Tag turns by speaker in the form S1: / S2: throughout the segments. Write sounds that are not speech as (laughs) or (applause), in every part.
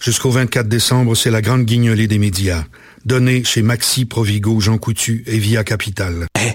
S1: Jusqu'au 24 décembre, c'est la grande guignolée des médias. Donnée chez Maxi, Provigo, Jean Coutu et Via Capital.
S2: Eh, hey,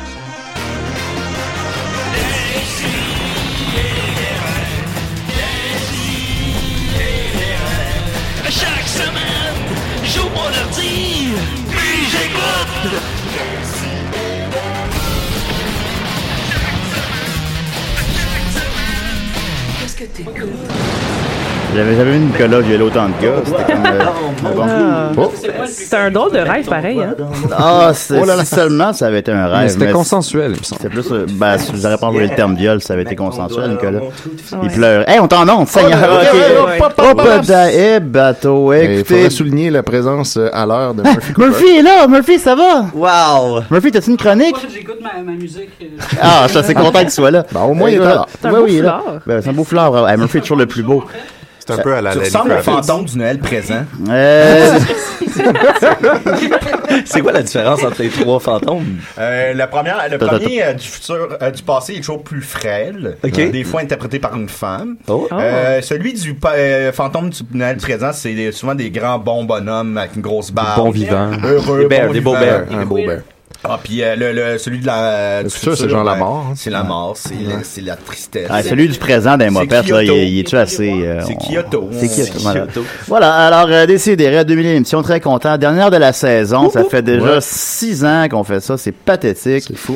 S3: Chaque semaine, j'ouvre mon ordi, puis j'écoute.
S4: J'avais jamais vu Nicolas violer autant de gars. C'était comme. euh, bon.
S5: Ah.
S4: Oh.
S5: C'est un drôle de rêve, pareil. Hein?
S4: Ah, c'est-
S6: Oh
S4: si seulement ça avait été un rêve.
S7: Mais c'était
S4: mais
S7: consensuel, il me semble.
S4: C'était plus. euh, Ben, si vous n'auriez pas envoyé le terme viol, ça avait été consensuel, Nicolas.
S5: Ouais.
S4: Il pleure. Hey, on t'en honte, Seigneur!
S6: ouais,
S4: Ok.
S6: ouais,
S5: ouais,
S4: Hop, hop, hop, da- eh, bateau,
S6: Et Il faudrait
S4: écoutez.
S6: souligner la présence euh, à l'heure de Murphy Cooper.
S4: Murphy est là! Murphy, ça va?
S8: Wow!
S4: Murphy, t'as-tu une chronique?
S8: J'écoute ma, musique.
S3: euh?
S4: Ah, je suis assez content qu'il soit là. Eh,
S6: Ben, au moins, il est là.
S5: C'est un
S4: Ouais,
S5: beau
S4: oui, il est là.
S5: foulard.
S4: Ben, c'est un beau fleur. bravo. Hey, Murphy est toujours le plus beau.
S9: C'est un peu à la
S8: Tu
S9: Lenny
S8: ressembles au
S9: Kravitz.
S8: fantôme du Noël présent.
S4: Euh,
S8: C'est quoi la différence entre les trois fantômes?
S9: Euh, la première, le
S4: Attends,
S9: premier euh, du futur, euh, du passé, il est toujours plus frêle.
S8: Ok.
S9: Des fois interprété par une femme.
S8: Oh.
S9: Euh, celui du pa- euh, fantôme du Noël présent, c'est souvent des grands bons bonhommes avec une grosse barbe.
S7: Bon vivant.
S9: Heureux,
S8: Des bears,
S9: bon
S8: des beaux
S9: vivant.
S8: bears.
S6: Un beau bear.
S9: Ah, puis euh, le, le- celui de la. du
S6: futur, c'est genre la mort, hein.
S9: C'est la mort, c'est la- c'est la tristesse.
S4: ah, celui du présent d'un mopette, là, il est- il est-tu assez. euh,
S9: C'est
S4: on-
S9: Kyoto.
S4: C'est Kyoto, voilà.
S9: Kyoto.
S4: Voilà, alors euh, Décidérez, 2000 émissions, très content. Dernière de la saison, ça fait déjà six ans qu'on fait ça, c'est pathétique. C'est fou.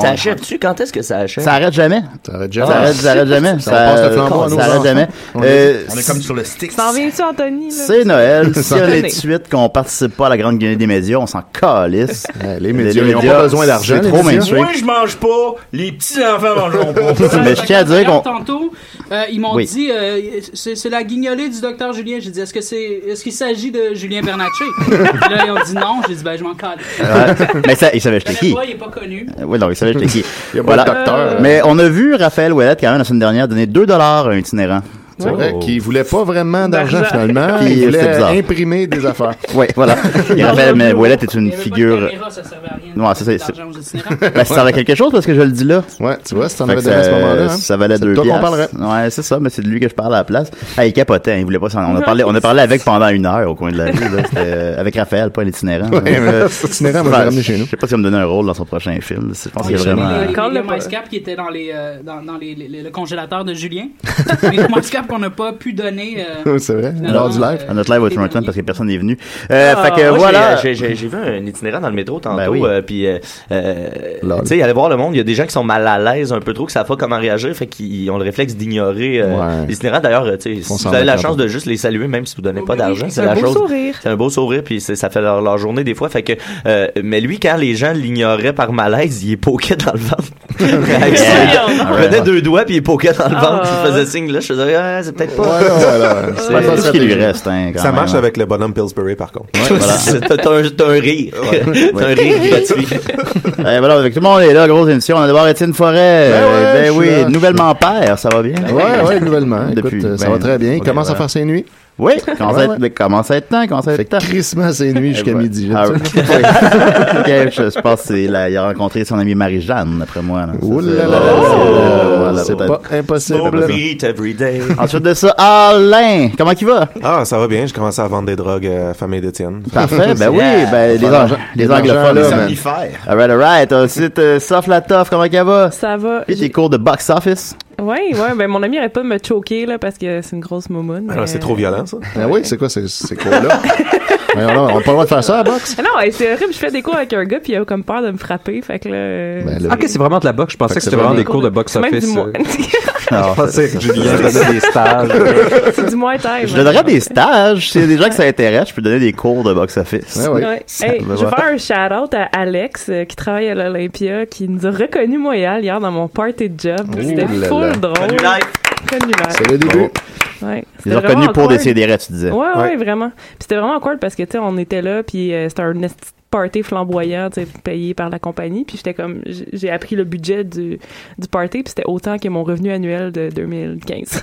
S8: ça achève-tu? Quand est-ce que ça achève?
S4: Ça arrête jamais.
S6: Ça arrête
S4: Ça
S6: jamais.
S4: arrête, ça arrête jamais.
S6: Ah. Ça passe le flambeau à nos
S4: ça arrête
S6: enfants.
S4: jamais.
S6: On
S4: Euh,
S9: On est comme sur le stick.
S5: T'en viens-tu, Anthony? là?
S6: (laughs)
S4: c'est Noël. Si
S5: Ça
S4: on est
S5: connaît.
S4: de suite qu'on participe pas à la grande guinée des médias, on s'en calisse.
S6: (laughs) Ouais, les médias, ils ont pas besoin d'argent,
S4: C'est
S6: les
S4: trop
S6: médias.
S4: mainstream.
S9: Moi, je mange pas. Les petits enfants mangeront
S4: (laughs)
S9: pas.
S4: Mais je tiens à dire qu'on...
S3: Tantôt, euh, ils m'ont
S4: Oui.
S3: dit, euh, c'est c'est la guignolée du docteur Julien. J'ai dit, est-ce que c'est, est-ce qu'il s'agit de Julien Bernatchez?
S8: (laughs)
S3: Puis là, ils ont dit non. J'ai dit, ben, je m'en calme.
S4: Ouais. (laughs) Mais ça, il savait
S3: Je
S4: j'étais
S3: connais
S4: qui.
S3: pas, il est pas connu.
S4: Euh, Oui, non, il savait j'étais qui.
S6: (laughs) Il y a pas
S4: Voilà.
S6: de docteur.
S4: Mais on a vu Raphaël Ouellette, quand même, la semaine dernière, donner 2 dollars à un itinérant.
S6: C'est vrai qu'il voulait pas vraiment d'argent
S5: D'argent.
S6: finalement.
S4: Puis,
S6: Il
S4: c'est bizarre.
S6: voulait imprimer des affaires.
S4: Oui, (laughs) voilà. Et Raphaël mais Ouellette est
S3: Il
S4: une
S3: y avait Pas de
S4: (laughs) figure...
S3: caméra, ça servait à rien.
S4: Ouais, c'est ça,
S3: de
S4: c'est-
S3: l'argent aux itinérants.
S4: Ben, ça servait à quelque chose parce que je le dis là.
S6: Ouais, tu vois, si t'en
S4: Fait
S6: avais
S4: que
S6: donné à ce moment-là. hein.
S4: ça valait
S6: C'est de
S4: deux
S6: toi qu'on
S4: piastres.
S6: parlerait.
S4: Ouais, c'est ça, mais c'est de lui que je parle à la place. Ah, il capotait, hein, il voulait pas s'en... On a parlé, on a parlé avec pendant une heure au coin de la rue, là. C'était euh, avec Raphaël, pas l'itinérant.
S6: Ouais, mais cet itinérant, moi, je l'ai ramené chez nous.
S4: Je sais pas s'il va me donner un rôle dans son prochain film. Je pense qu'il est
S3: J'ai
S4: vraiment...
S3: les- les-
S5: Encore
S3: les
S5: le pas.
S3: Mice-Cap qui étaient dans, les, euh, dans, dans les, les- les- le congélateur de
S5: (laughs)
S3: Julien. les Mice-Cap qu'on n'a pas pu donner. euh,
S6: C'est vrai.
S3: Non,
S6: Lors du
S3: non,
S6: live.
S4: À notre live Westmorton parce que personne n'est venu. Euh, fait que
S5: Ah,
S8: Moi,
S4: voilà.
S8: j'ai- J'ai j'ai vu un itinérant dans le métro tantôt,
S4: Ben oui.
S8: euh, puis euh, euh,
S6: Lol.
S8: tu sais, allez voir le monde, il y a des gens qui sont mal à l'aise un peu trop, qui savent pas comment réagir, fait qu'ils ont le réflexe d'ignorer euh,
S6: Ouais.
S8: l'itinérant. D'ailleurs, euh, tu sais,
S6: On
S8: si
S6: s'en
S8: vous avez la
S6: met
S8: chance
S6: là-bas.
S8: de juste les saluer, même si vous donnez pas
S3: Oui,
S8: d'argent,
S3: oui,
S8: c'est
S5: un
S8: la
S5: beau
S8: chose.
S5: sourire.
S8: C'est un beau sourire, puis c'est- ça fait leur, leur journée des fois. Fait que, euh, mais lui, quand les gens l'ignoraient par malaise, il est poqué dans le ventre. Avec ses- il prenait deux doigts, puis il est poqué dans le ventre,
S5: Ah.
S8: il faisait signe là. Je faisais, ah, c'est peut-être pas.
S6: Voilà, voilà.
S4: C'est pas ça ce qui lui reste, hein, quand
S9: Ça
S4: même,
S9: marche
S4: hein.
S9: avec le bonhomme Pillsbury, par contre.
S8: C'est- T'as t'as un, t'as un rire. (laughs) T'as un rire gratuit.
S4: (laughs) Eh, voilà, avec tout le monde est là, grosse émission. On a d'abord Étienne Forêt.
S6: ouais,
S4: Ben,
S6: je suis
S4: oui,
S6: là.
S4: nouvellement père, ça va bien? (laughs)
S6: Ouais, ouais, nouvellement.
S4: Depuis,
S6: Écoute, euh, ça
S4: ben,
S6: va très bien. Il
S4: ok,
S6: commence à
S4: voilà.
S6: faire ses nuits.
S4: Oui, commence à être, commence à être temps, commence à être temps.
S6: Christmas et nuit jusqu'à midi.
S4: Ah, oui. (laughs) Ok, je, je pense qu'il a rencontré son amie Marie-Jeanne, après moi. là.
S6: Ouh là
S4: Ça, euh,
S6: là, Oh,
S4: voilà,
S6: c'est
S4: peut-être.
S6: pas impossible.
S8: Smoke every day.
S4: Ensuite de ça, Alain, comment il va?
S7: Ah, ça va bien, j'ai commencé à vendre des drogues à la famille d'Étienne.
S6: (laughs)
S4: Parfait, ben oui, ben les,
S6: Voilà.
S4: ang- les
S6: Les
S4: anglophones.
S6: là,
S4: là,
S6: man.
S4: man. Alright, alright. Ensuite, euh, Soph la toffe, comment ça va?
S5: Ça va.
S4: Puis tes cours de box office.
S5: Ouais, ouais, ben mon ami arrête pas de me choquer, là, parce que c'est une grosse moumoune. mais-
S7: violent,
S8: (laughs)
S7: ça.
S6: Ah oui, c'est quoi ces, ces
S3: (laughs)
S6: cours-là? Voyons là, on n'a pas le droit de faire ça à la boxe.
S5: Ah non, hey, c'est horrible, je fais des cours avec un gars, puis il a comme peur de me frapper, fait que là... euh,
S6: Ben là.
S10: Ok, c'est vraiment de la boxe. Je pensais
S6: Fait
S10: que
S6: que c'est
S10: c'était vraiment
S6: vraiment
S10: des cours de
S5: Même
S10: box-office.
S5: du moins. (laughs)
S10: Je pensais que Julien
S7: (laughs)
S10: donnait des stages.
S5: c'est du moins taille.
S4: Je donnerais des stages. S'il y a des gens que ça intéresse, je peux donner des cours de box office.
S5: Ouais. Hey, je vais faire un shout-out à Alex euh, qui travaille à l'Olympia, qui nous a reconnu Montréal hier dans mon party de job.
S4: Ouh
S5: C'était
S4: là
S5: full
S4: là.
S5: drôle.
S4: Connu
S8: live.
S5: Connu live.
S4: C'est le début.
S5: Ouais.
S4: Ils
S5: C'était
S4: ont
S5: vraiment
S4: reconnu pour
S5: awkward.
S4: des CDR, E tu disais.
S5: Ouais, ouais, vraiment. Puis c'était vraiment awkward parce que, tu sais, on était là, puis euh, c'était un esti de party flamboyant, tu sais, payé par la compagnie. Puis j'étais comme, j- j'ai appris le budget du, du party, puis c'était autant que mon revenu annuel de 2015.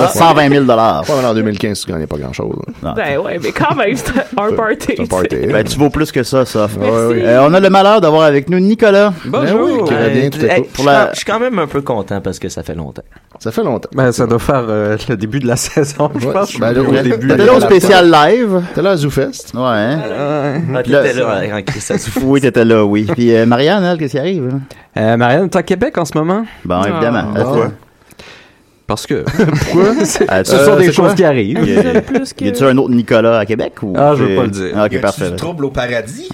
S4: Ah, 120 000 dollars.
S6: en 2015, tu gagnais pas grand-chose.
S5: (laughs)
S6: hein.
S5: ben ouais, mais quand même, c'était un party. tu sais.
S4: Ben, tu vaux plus que ça, ça.
S5: Merci. Ouais, ouais.
S4: Euh, on a le malheur d'avoir avec nous Nicolas.
S10: Ben,
S9: Ben
S10: Bonjour.
S8: Euh, hey, je
S4: Pour
S8: suis
S4: la-
S8: quand- Je suis quand même un peu content parce que ça fait longtemps.
S6: Ça fait longtemps.
S10: Ben, ça doit faire euh, le début de la saison, je pense. Je
S6: ben,
S10: suis
S6: là,
S10: au début.
S4: T'étais là au spécial live.
S6: T'es là à ZooFest.
S4: Ouais. hein.
S8: Ah,
S4: Puis là,
S8: t'étais là,
S4: c'est-
S8: hein, Chris, ça
S4: (laughs)
S8: se fout.
S4: Oui, t'étais là, oui. Puis euh, Marianne, elle, qu'est-ce qui arrive? hein?
S10: Euh, Marianne, t'es à Québec en ce moment?
S4: Bon, évidemment.
S10: Ah.
S4: Pourquoi?
S10: Parce que. Pourquoi?
S4: Euh,
S10: (laughs) Ce sont des choses qui arrivent.
S4: Y a- Y a-tu un autre Nicolas à Québec? Ou
S10: Ah, je veux
S4: c'est-
S10: pas le dire.
S4: Ah,
S9: Y
S4: Ok,
S9: a-tu
S4: parfait.
S9: du trouble au paradis?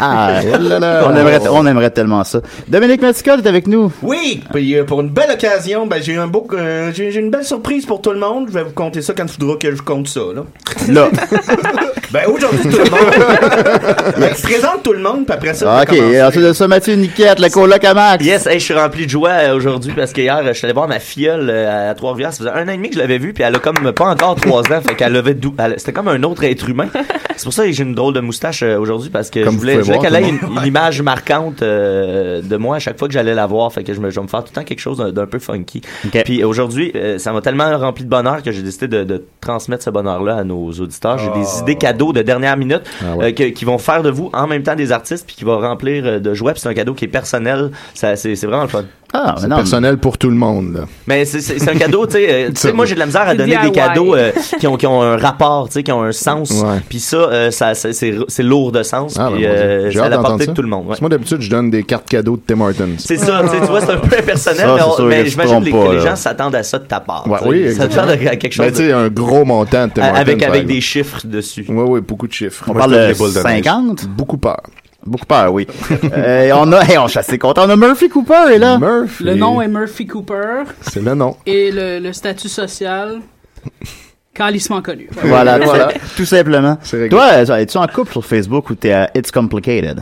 S4: Ah,
S10: (laughs)
S6: Oh là là.
S4: on, aimerait, on aimerait tellement ça. Dominique Matica, t'es avec nous.
S9: Oui, puis euh, pour une belle occasion, ben, j'ai un beau, euh, j'ai j'ai une belle surprise pour tout le monde. Je vais vous compter ça quand il faudra que je vous compte ça. Là.
S4: Là.
S9: Ben aujourd'hui tout le
S8: (laughs)
S9: monde. Ben, je présente tout le monde, puis
S8: Ah,
S9: après ça. on va
S4: ok,
S9: commencer.
S4: ensuite de ça, Mathieu Niquette, le coloc à Max.
S8: Yes, hey, je suis rempli de joie euh, aujourd'hui parce qu'hier, euh, je suis allé voir ma filleule euh, à Trois-Rivières. Ça faisait un an et demi que je l'avais vue, puis elle a comme pas encore trois ans, fait qu'elle avait dou- elle- C'était comme un autre être humain. C'est pour ça que j'ai une drôle de moustache euh, aujourd'hui parce que
S6: Comme
S8: je voulais,
S6: vous
S8: je voulais
S6: pouvez
S8: qu'elle
S6: voir,
S8: ait
S6: tout
S8: une, une image marquante euh, de moi à chaque fois que j'allais la voir. Fait que je, me, je vais me faire tout le temps quelque chose d'un- d'un peu funky.
S4: Ok.
S8: Puis aujourd'hui, euh, ça m'a tellement rempli de bonheur que j'ai décidé de, de transmettre ce bonheur-là à nos auditeurs. J'ai
S9: Ah.
S8: des idées cadeaux de dernière minute
S6: Ah ouais.
S8: euh, que- qui vont faire de vous en même temps des artistes puis qui va remplir euh, de joie. Puis c'est un cadeau qui est personnel. Ça, c'est, c'est vraiment le fun.
S4: Ah, mais
S6: C'est
S4: non.
S6: personnel pour tout le monde. là.
S8: Mais c'est, c'est, c'est un cadeau, tu sais. euh, tu sais, moi, j'ai de la misère à
S5: C'est
S8: donner des
S5: DIY.
S8: cadeaux euh, qui, ont, qui ont un rapport, tu sais, qui ont un sens.
S6: Ouais.
S8: Puis ça, euh, ça c'est, c'est, c'est lourd de sens.
S6: Ah, ben,
S8: puis
S6: mon Dieu.
S8: euh,
S6: J'ai
S8: c'est
S6: hâte
S8: à la
S6: d'entendre
S8: portée de
S6: ça.
S8: tout le monde. ouais.
S6: Parce que Moi, d'habitude, je donne des cartes cadeaux de Tim Hortons.
S8: C'est ça, tu sais, tu vois, c'est un peu impersonnel,
S4: (laughs) Ça,
S8: mais,
S4: c'est
S8: on-
S4: sûr
S8: mais
S4: que tu te
S8: j'imagine
S4: trompes
S8: les- que
S4: pas,
S8: les
S4: là.
S8: gens s'attendent à ça de ta part.
S6: Ouais,
S8: tu sais.
S6: oui,
S8: ça
S6: exactement.
S8: s'attend à quelque chose.
S6: Ben, tu sais, un gros montant de Tim
S8: de-
S6: Hortons.
S8: avec
S6: par
S8: avec
S6: exemple.
S8: des chiffres dessus.
S6: Oui, oui, beaucoup de chiffres.
S4: On parle de
S7: les boules de neige.
S4: 50?
S6: Beaucoup peur.
S4: Beaucoup peur, oui. Euh, et on a, (laughs) hey, on chasse assez content. On a Murphy Cooper, est là.
S6: Murph.
S3: Ah, Le
S6: et-
S3: nom est Murphy Cooper
S6: C'est le nom.
S3: et le, le statut social. Calissement connu.
S4: Voilà, tout-
S6: Voilà.
S4: tout simplement.
S6: C'est réglé.
S4: Toi, euh, es-tu en couple sur Facebook ou t'es à
S3: (laughs)
S4: It's Complicated?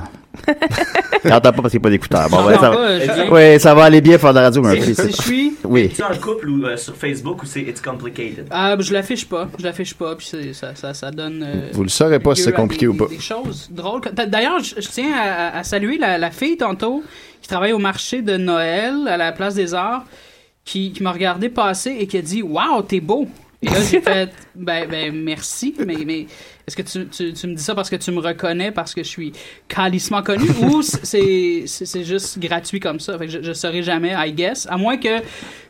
S4: T'entends pas parce qu'il n'y a pas d'écouteurs. Bon, ouais, ça
S3: J'entends
S4: va.
S3: pas, euh, je-
S4: Oui, ça va aller bien faire de la radio, Murphy.
S3: Si si je suis,
S4: Oui.
S8: en couple ou sur Facebook ou c'est It's Complicated?
S3: ah, je l'affiche pas, je l'affiche pas, puis c'est- ça, ça, ça donne. euh,
S6: Vous le saurez pas si
S3: lieu
S6: c'est
S3: à
S6: compliqué
S3: des-
S6: ou pas.
S3: Des choses drôles. D'a- D'ailleurs, je, je tiens à, à- à saluer la, la fille tantôt qui travaille au marché de Noël à la place des Arts, qui, qui m'a regardé passer et qui a dit Waouh, t'es beau. Et là, j'ai
S6: (laughs)
S3: fait ben, ben, merci, mais, mais est-ce que tu, tu, tu me dis ça parce que tu me reconnais, parce que je suis calissement connu,
S6: (laughs)
S3: ou c- c'est c'est- c'est juste gratuit comme ça? Fait que je ne saurai jamais, I guess. À moins que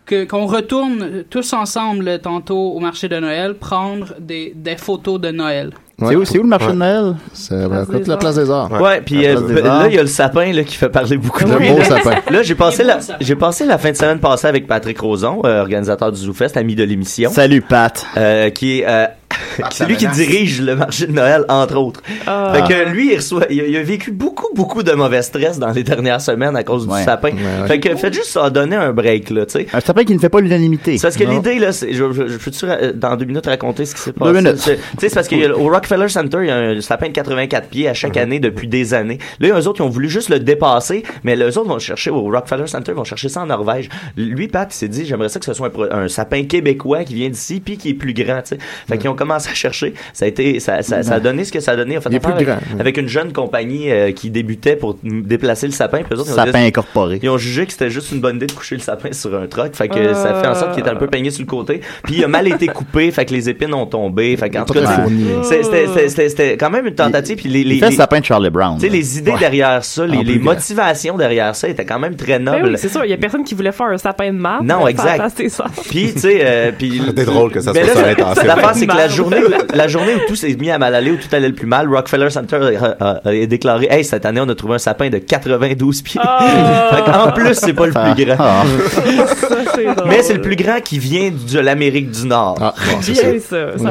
S3: que- qu'on retourne tous ensemble tantôt au marché de Noël prendre des, des photos de Noël.
S4: C'est où, c'est où le marché de Noël?
S6: C'est ben,
S5: Place des
S6: écoute, la place des arts.
S8: Ouais, puis
S4: La
S8: euh,
S4: place des
S8: ben, là,
S4: arts.
S8: il y a le sapin là, qui fait parler beaucoup de
S6: Le
S8: lui,
S6: beau
S8: là.
S6: sapin.
S8: Là, j'ai passé,
S3: Il est
S8: la,
S3: bon, ça.
S8: j'ai passé la fin de semaine passée avec Patrick Roson, euh, organisateur du ZooFest, ami de l'émission,
S4: Salut, Pat.
S8: euh, qui est euh, (laughs) c'est lui qui
S9: menace.
S8: dirige le marché de Noël, entre autres.
S5: Ah.
S8: Fait que lui, il, reçoit, il, a, il a vécu beaucoup, beaucoup de mauvais stress dans les (laughs) dernières semaines à cause
S4: Ouais.
S8: du sapin.
S6: ouais.
S8: Fait que faites juste ça, donner un break, là, tu sais.
S4: Un sapin qui ne fait pas l'unanimité.
S8: C'est parce que
S6: Non.
S8: l'idée, là, c'est, je, je, je peux-tu, ra- euh, dans deux minutes, raconter ce qui s'est
S4: Deux
S8: passé?
S4: minutes.
S8: C'est- Tu sais, c'est parce qu'au Rockefeller Center, il y a un sapin de 84 pieds à chaque année depuis des années. Là, eux autres, ils ont voulu juste le dépasser, mais les autres vont le chercher au Rockefeller Center, ils vont chercher ça en Norvège. Lui, Pat, il s'est dit, j'aimerais ça que ce soit un, pro- un sapin québécois qui vient d'ici, puis qui est plus grand, tu sais. Fait qu'ils ont commencé commencé à chercher, ça a été, ça, ça, ça a donné ce que ça a donné. En fait,
S4: Il est plus
S8: affaire avec,
S4: grand, oui.
S8: avec une jeune compagnie euh, qui débutait pour m- déplacer le sapin. Puis eux autres, ils ont
S4: Sapin
S8: dit-
S4: incorporé.
S8: Ils ont jugé que c'était juste une bonne idée de coucher le sapin sur un truck. Fait que
S4: Euh.
S8: ça fait en sorte qu'il était un peu peigné sur le côté. Puis il a mal été coupé. Fait que les épines ont tombé. Fait qu'en tout
S4: très
S8: cas, c'est-
S4: fourni.
S8: c'est- c'était- c'était- c'était c'était quand même une tentative. Puis les, les-
S4: Il fait
S8: les-
S4: le sapin de Charlie Brown.
S8: tu sais, les idées derrière ça, les,
S4: En
S8: les
S4: plus grand.
S8: motivations derrière ça étaient quand même très
S3: Ben (laughs)
S8: nobles.
S3: oui, c'est sûr, il y a personne qui voulait faire un sapin de marbre.
S8: Non,
S3: mais
S8: exact.
S3: fantastique, ça.
S8: Puis, tu sais, euh, puis.
S7: C'était drôle que ça
S8: Mais
S7: soit
S8: là,
S7: ça intention.
S8: L'affaire, c'est que la journée, la journée où tout s'est mis à mal aller, où tout allait le plus mal, Rockefeller Center a, a- a- a déclaré Hey, cette année, on a trouvé un sapin de 92 pieds.
S3: Oh.
S8: (laughs) en plus, c'est pas le plus grand.
S4: Ah.
S8: (laughs) Mais c'est le plus grand qui vient de l'Amérique du Nord.
S6: Ah,
S3: Ah,
S4: c'est ça.
S3: (laughs)
S4: Bien,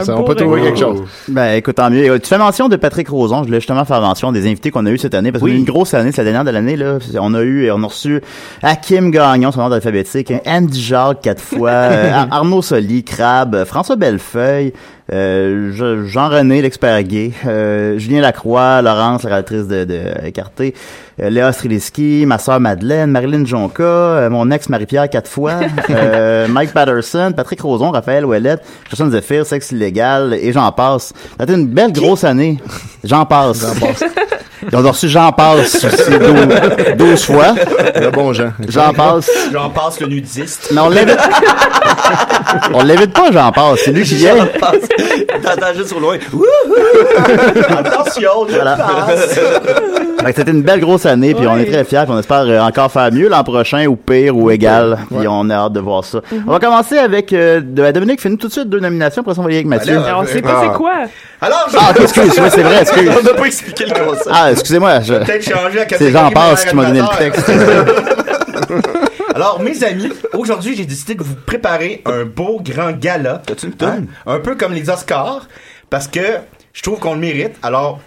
S4: Ben, écoute, tant mieux. Et, Tu fais mention de Patrick Roson. Je voulais justement faire mention des invités qu'on a eu cette année parce qu'on a eu une grosse année, c'est la dernière de l'année, là. On a eu, on a reçu Hakim Gagnon, son nom alphabétique, hein, Andy Jacques
S8: (laughs)
S4: quatre fois, euh, Ar- Arnaud Soli, Crab, euh, François Bellefeuille, euh, Je- Jean-René, l'expert gay, euh, Julien Lacroix, Laurence, la réalisatrice de, de Écarté, euh, Léa Striliski, ma sœur Madeleine, Marilyn Jonca, euh, mon ex Marie-Pierre quatre fois,
S6: (laughs)
S4: euh, Mike Patterson, Patrick Roson, Raphaël Ouellette, Jason Zephyr, Sexe illégal, et j'en passe. Ça a été une belle grosse année. J'en passe.
S6: J'en passe.
S4: Ils ont reçu J'en passe aussi dou- 12, fois. Le bon Jean. J'en passe.
S11: Ah. J'en passe le nudiste.
S4: Non,
S6: (laughs)
S4: on l'invite. On l'invite pas, j'en passe. C'est lui qui vient.
S8: (laughs) T'entends juste au loin. Wouhou!
S11: Attention, je (laughs)
S4: Voilà.
S11: passe.
S4: Fait que C'était une belle grosse année, puis on est très fiers, puis on espère euh, encore faire mieux l'an prochain, ou pire, ou égal, puis on a hâte de voir ça.
S11: Mm-hmm.
S4: On va commencer avec euh, de- ben, Dominique, fais-nous tout de suite deux nominations, après ça on va y aller avec Mathieu.
S11: Ben là, Alors, on sait pas
S12: Ah.
S3: C'est quoi?
S11: Alors, je-
S4: Ah, ok, excuse, oui, c'est vrai, excuse.
S11: On n'a pas expliqué le concept.
S4: Ah, excusez-moi, je...
S11: J'ai peut-être changé la
S4: c'est
S11: catégorie
S4: Jean Passe
S11: meilleur
S4: qui m'a donné le
S11: animateur.
S4: texte.
S11: Alors, mes amis, aujourd'hui, j'ai décidé de vous préparer un beau grand gala. Hein? Un peu comme les Oscars, parce que je trouve qu'on le mérite. Alors,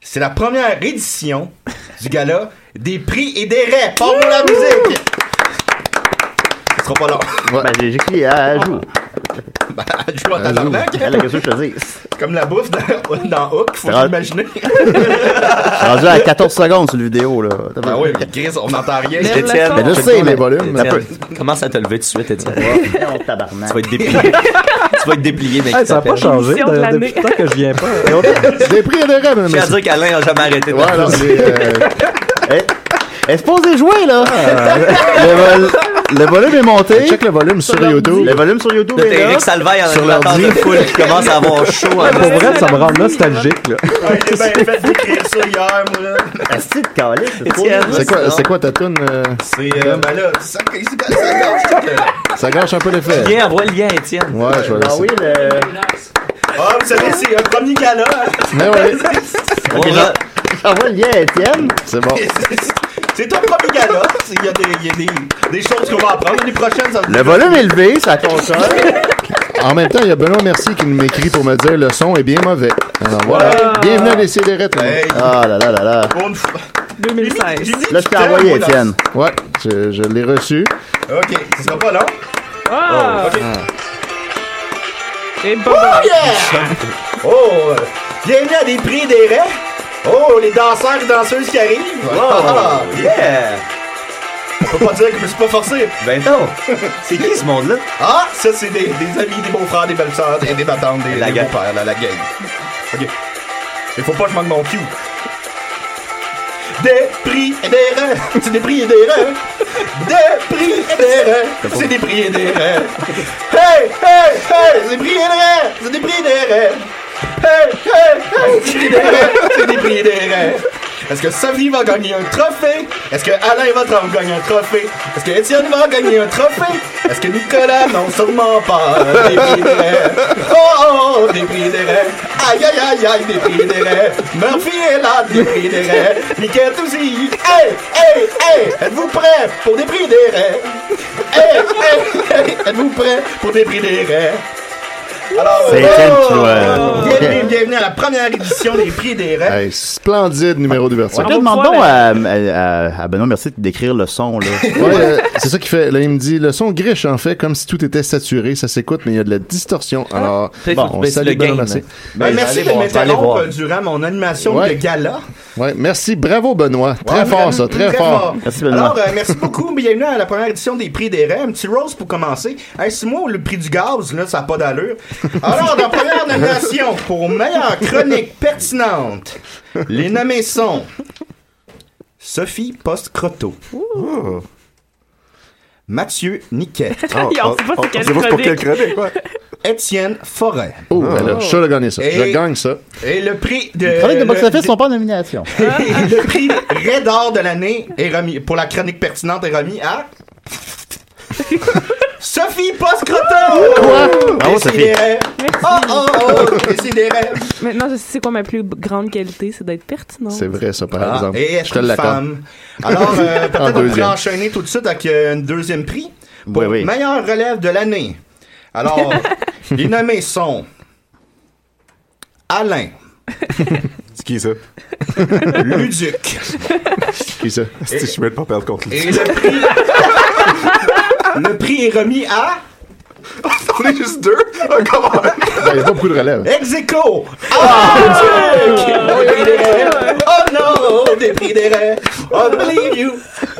S11: c'est la première édition du gala des prix et des raies. Pour la musique! Ce sera pas long. (laughs)
S4: Ben, j'ai j'ai crié à à jour.
S11: Ben, je vois ta
S4: À jour.
S11: tabarnak. hein?
S4: Elle a quelque chose Ah, que je te dis.
S11: Comme la bouffe dans, dans Hook, faut
S4: Ah.
S11: l'imaginer.
S4: Je suis rendu à 14 secondes sur la vidéo, là.
S11: Ah oui, mais Chris, on n'entend rien.
S8: Étienne,
S4: Ben, je
S8: check
S4: sais,
S8: pas
S4: mais-
S8: les volumes.
S4: ça
S8: Étienne, Commence à te lever tout de suite, Étienne.
S4: tabarnak.
S8: Tu vas être déplié. tu vas être déplié, mec.
S12: Hey, ça n'a pas changé de- depuis le temps que je viens pas.
S4: J'ai pris des rêves,
S8: Je tiens à dire qu'Alain n'a jamais arrêté de
S4: Ouais, non, c'est, euh, (laughs) Elle se pose des jouets, là! le, vol- le volume est monté. Ah, Check le volume sur YouTube. Le volume sur YouTube est
S8: T'es
S4: là.
S8: Eric Salvaille en animateur de foule qui commence à avoir chaud.
S12: Pour vrai, ça me rend nostalgique, là.
S11: J'ai bien fait d'écrire ça hier, moi, là.
S4: Asti de calice, c'est trop
S11: Étienne,
S4: bien.
S6: C'est quoi, c'est quoi ta toune? euh,
S11: C'est, euh, ben là, ça, c'est pas ça, gâche.
S6: Ça gâche un peu l'effet.
S8: Viens, envoie le lien, Étienne.
S6: Ouais, je vais
S4: Ah
S6: laisser.
S4: oui, le...
S11: Ah, vous savez, c'est un premier gala.
S6: Mais
S11: (laughs)
S6: ouais,
S8: On va-
S4: J'envoie le lien à Étienne.
S6: c'est bon.
S11: C'est ton premier gala. C'est- Il y a, des, il y a des, des choses qu'on va apprendre. L'année prochaine, ça va
S4: Le volume est levé, ça console.
S6: En même temps, il y a Benoît Mercier qui m'écrit pour me dire le son est bien mauvais. Alors voilà.
S3: Ah,
S11: Ah.
S6: Bienvenue à l'essayer tout le monde.
S11: Hey,
S4: Ah là là là là.
S11: pour une fois.
S3: 2016.
S11: J'ai dit
S4: Là, je t'ai
S11: que
S4: envoyé,
S11: moi, dans-
S4: Étienne.
S6: Ouais, je, je l'ai reçu.
S11: Ok, ce sera pas long.
S3: Ah!
S11: Ok.
S3: Et bon, (laughs)
S11: Oh, yeah! Oh, euh, bienvenue à des prix et des rêves. Oh, les danseurs et danseuses qui arrivent. Ah,
S8: Yeah!
S11: On peut pas dire que je me suis pas forcé.
S8: Ben
S11: (laughs)
S8: non! C'est qui ce monde-là?
S11: Ah, ça, c'est des, des amis, des beaux-frères, des belles-sœurs, des, des matantes, des,
S8: La
S11: des
S8: gang.
S11: beaux-pères, la, la gang. OK. Il faut pas que je manque mon cue. Des prix et des rêves. (laughs) C'est des prix et des rêves. Des prix et des rêves. C'est des prix et des rêves. Hey, hey, hey, c'est des prix et des rêves. C'est des prix et des rêves. Hey, hey, hey, c'est des prix et des rêves. C'est des prix et des rêves. Est-ce que Sophie va gagner un trophée? Est-ce que Alain va tra- gagner un trophée? Est-ce que Étienne va gagner un trophée? Est-ce que Nicolas? Non, sûrement pas. Des prix et des rêves. Oh, oh, oh, des prix et des rêves. Aïe, aïe, aïe, aïe, des prix et des rêves. Murphy est là, des prix et des rêves. Niquette aussi. Hey, hey, hey, êtes-vous prêts pour des prix et des rêves? Hey, hey, hey, êtes-vous prêts pour des prix et des rêves? Alors,
S4: C'est
S11: euh,
S4: Étienne qui doit-
S11: euh, bienvenue, bienvenue à la première édition des prix et des rêves.
S6: Hey, splendide numéro d'ouverture.
S4: Peut-être demande donc à, Euh, à, à- à Benoît Mercier de décrire le son, là.
S6: Ouais, euh, c'est ça qu'il fait. Là, il me dit le son griche, en fait, comme si tout était saturé. Ça s'écoute, mais il y a de la distorsion.
S8: Ah.
S6: Alors,
S8: Peut-être
S6: bon,
S8: faut
S6: on
S8: baisser
S6: salue
S8: ben, le
S6: Benoît
S8: gain.
S6: Mercier.
S11: Ben,
S8: Ben,
S11: merci
S8: allez
S11: de
S8: voir, allez
S11: m'interrompre
S8: voir.
S11: euh, durant mon animation
S6: Ouais.
S11: de gala.
S6: Ouais, merci. Bravo, Benoît. Très
S11: Ouais,
S6: fort,
S11: vraiment,
S6: ça. Très, fort.
S4: Merci, Benoît.
S11: Alors, euh, merci beaucoup. Bienvenue à la première édition des prix des rêves. Un petit rose pour commencer. Hey, si moi, le prix du gaz, là, ça n'a pas d'allure. Alors, dans première nomination, pour meilleure chronique pertinente, les nommés sont Sophie Post-Croteau. Mathieu Niquette.
S5: Ah, on sait pas c'est quelle chronique.
S11: quoi. Étienne Forêt.
S6: Oh, ben là, je vais gagner ça. Je
S11: Et-
S6: gagne ça.
S11: Et le prix de.
S4: Les chroniques de box-office
S11: le-
S4: sont pas en
S11: (laughs)
S4: nomination.
S11: le prix Red d'or de l'année est remis pour la chronique pertinente est remis
S6: (laughs)
S11: à Sophie Post-Croteau.
S5: Bravo,
S11: Décidérez.
S5: Merci.
S11: Oh, oh, oh,
S6: Ah,
S11: décidérez.
S5: Maintenant, je sais c'est quoi ma plus grande qualité, c'est d'être pertinent.
S6: C'est vrai, ça, par
S11: Ah,
S6: exemple.
S11: Et
S6: je
S11: être
S6: te
S11: une
S6: l'accorde.
S11: femme. Alors,
S6: (laughs)
S11: euh,
S6: En
S11: peut-être on pourrait
S6: deuxième.
S11: enchaîner tout de suite avec euh, un deuxième prix pour
S6: Oui, oui.
S11: meilleur relève de l'année.
S6: (laughs)
S11: Alors, les nommés sont Alain.
S7: C'est qui ça?
S11: Luduc.
S6: qui ça?
S7: Si je mets pas perdre contre lui.
S11: Et le prix. le prix est remis à. On est juste deux?
S6: Ben, Il n'y a pas beaucoup de relève.
S11: Execo! Ah, Dieu! Oh, Déprimé. Oh non! Déprimé. Oh, believe you!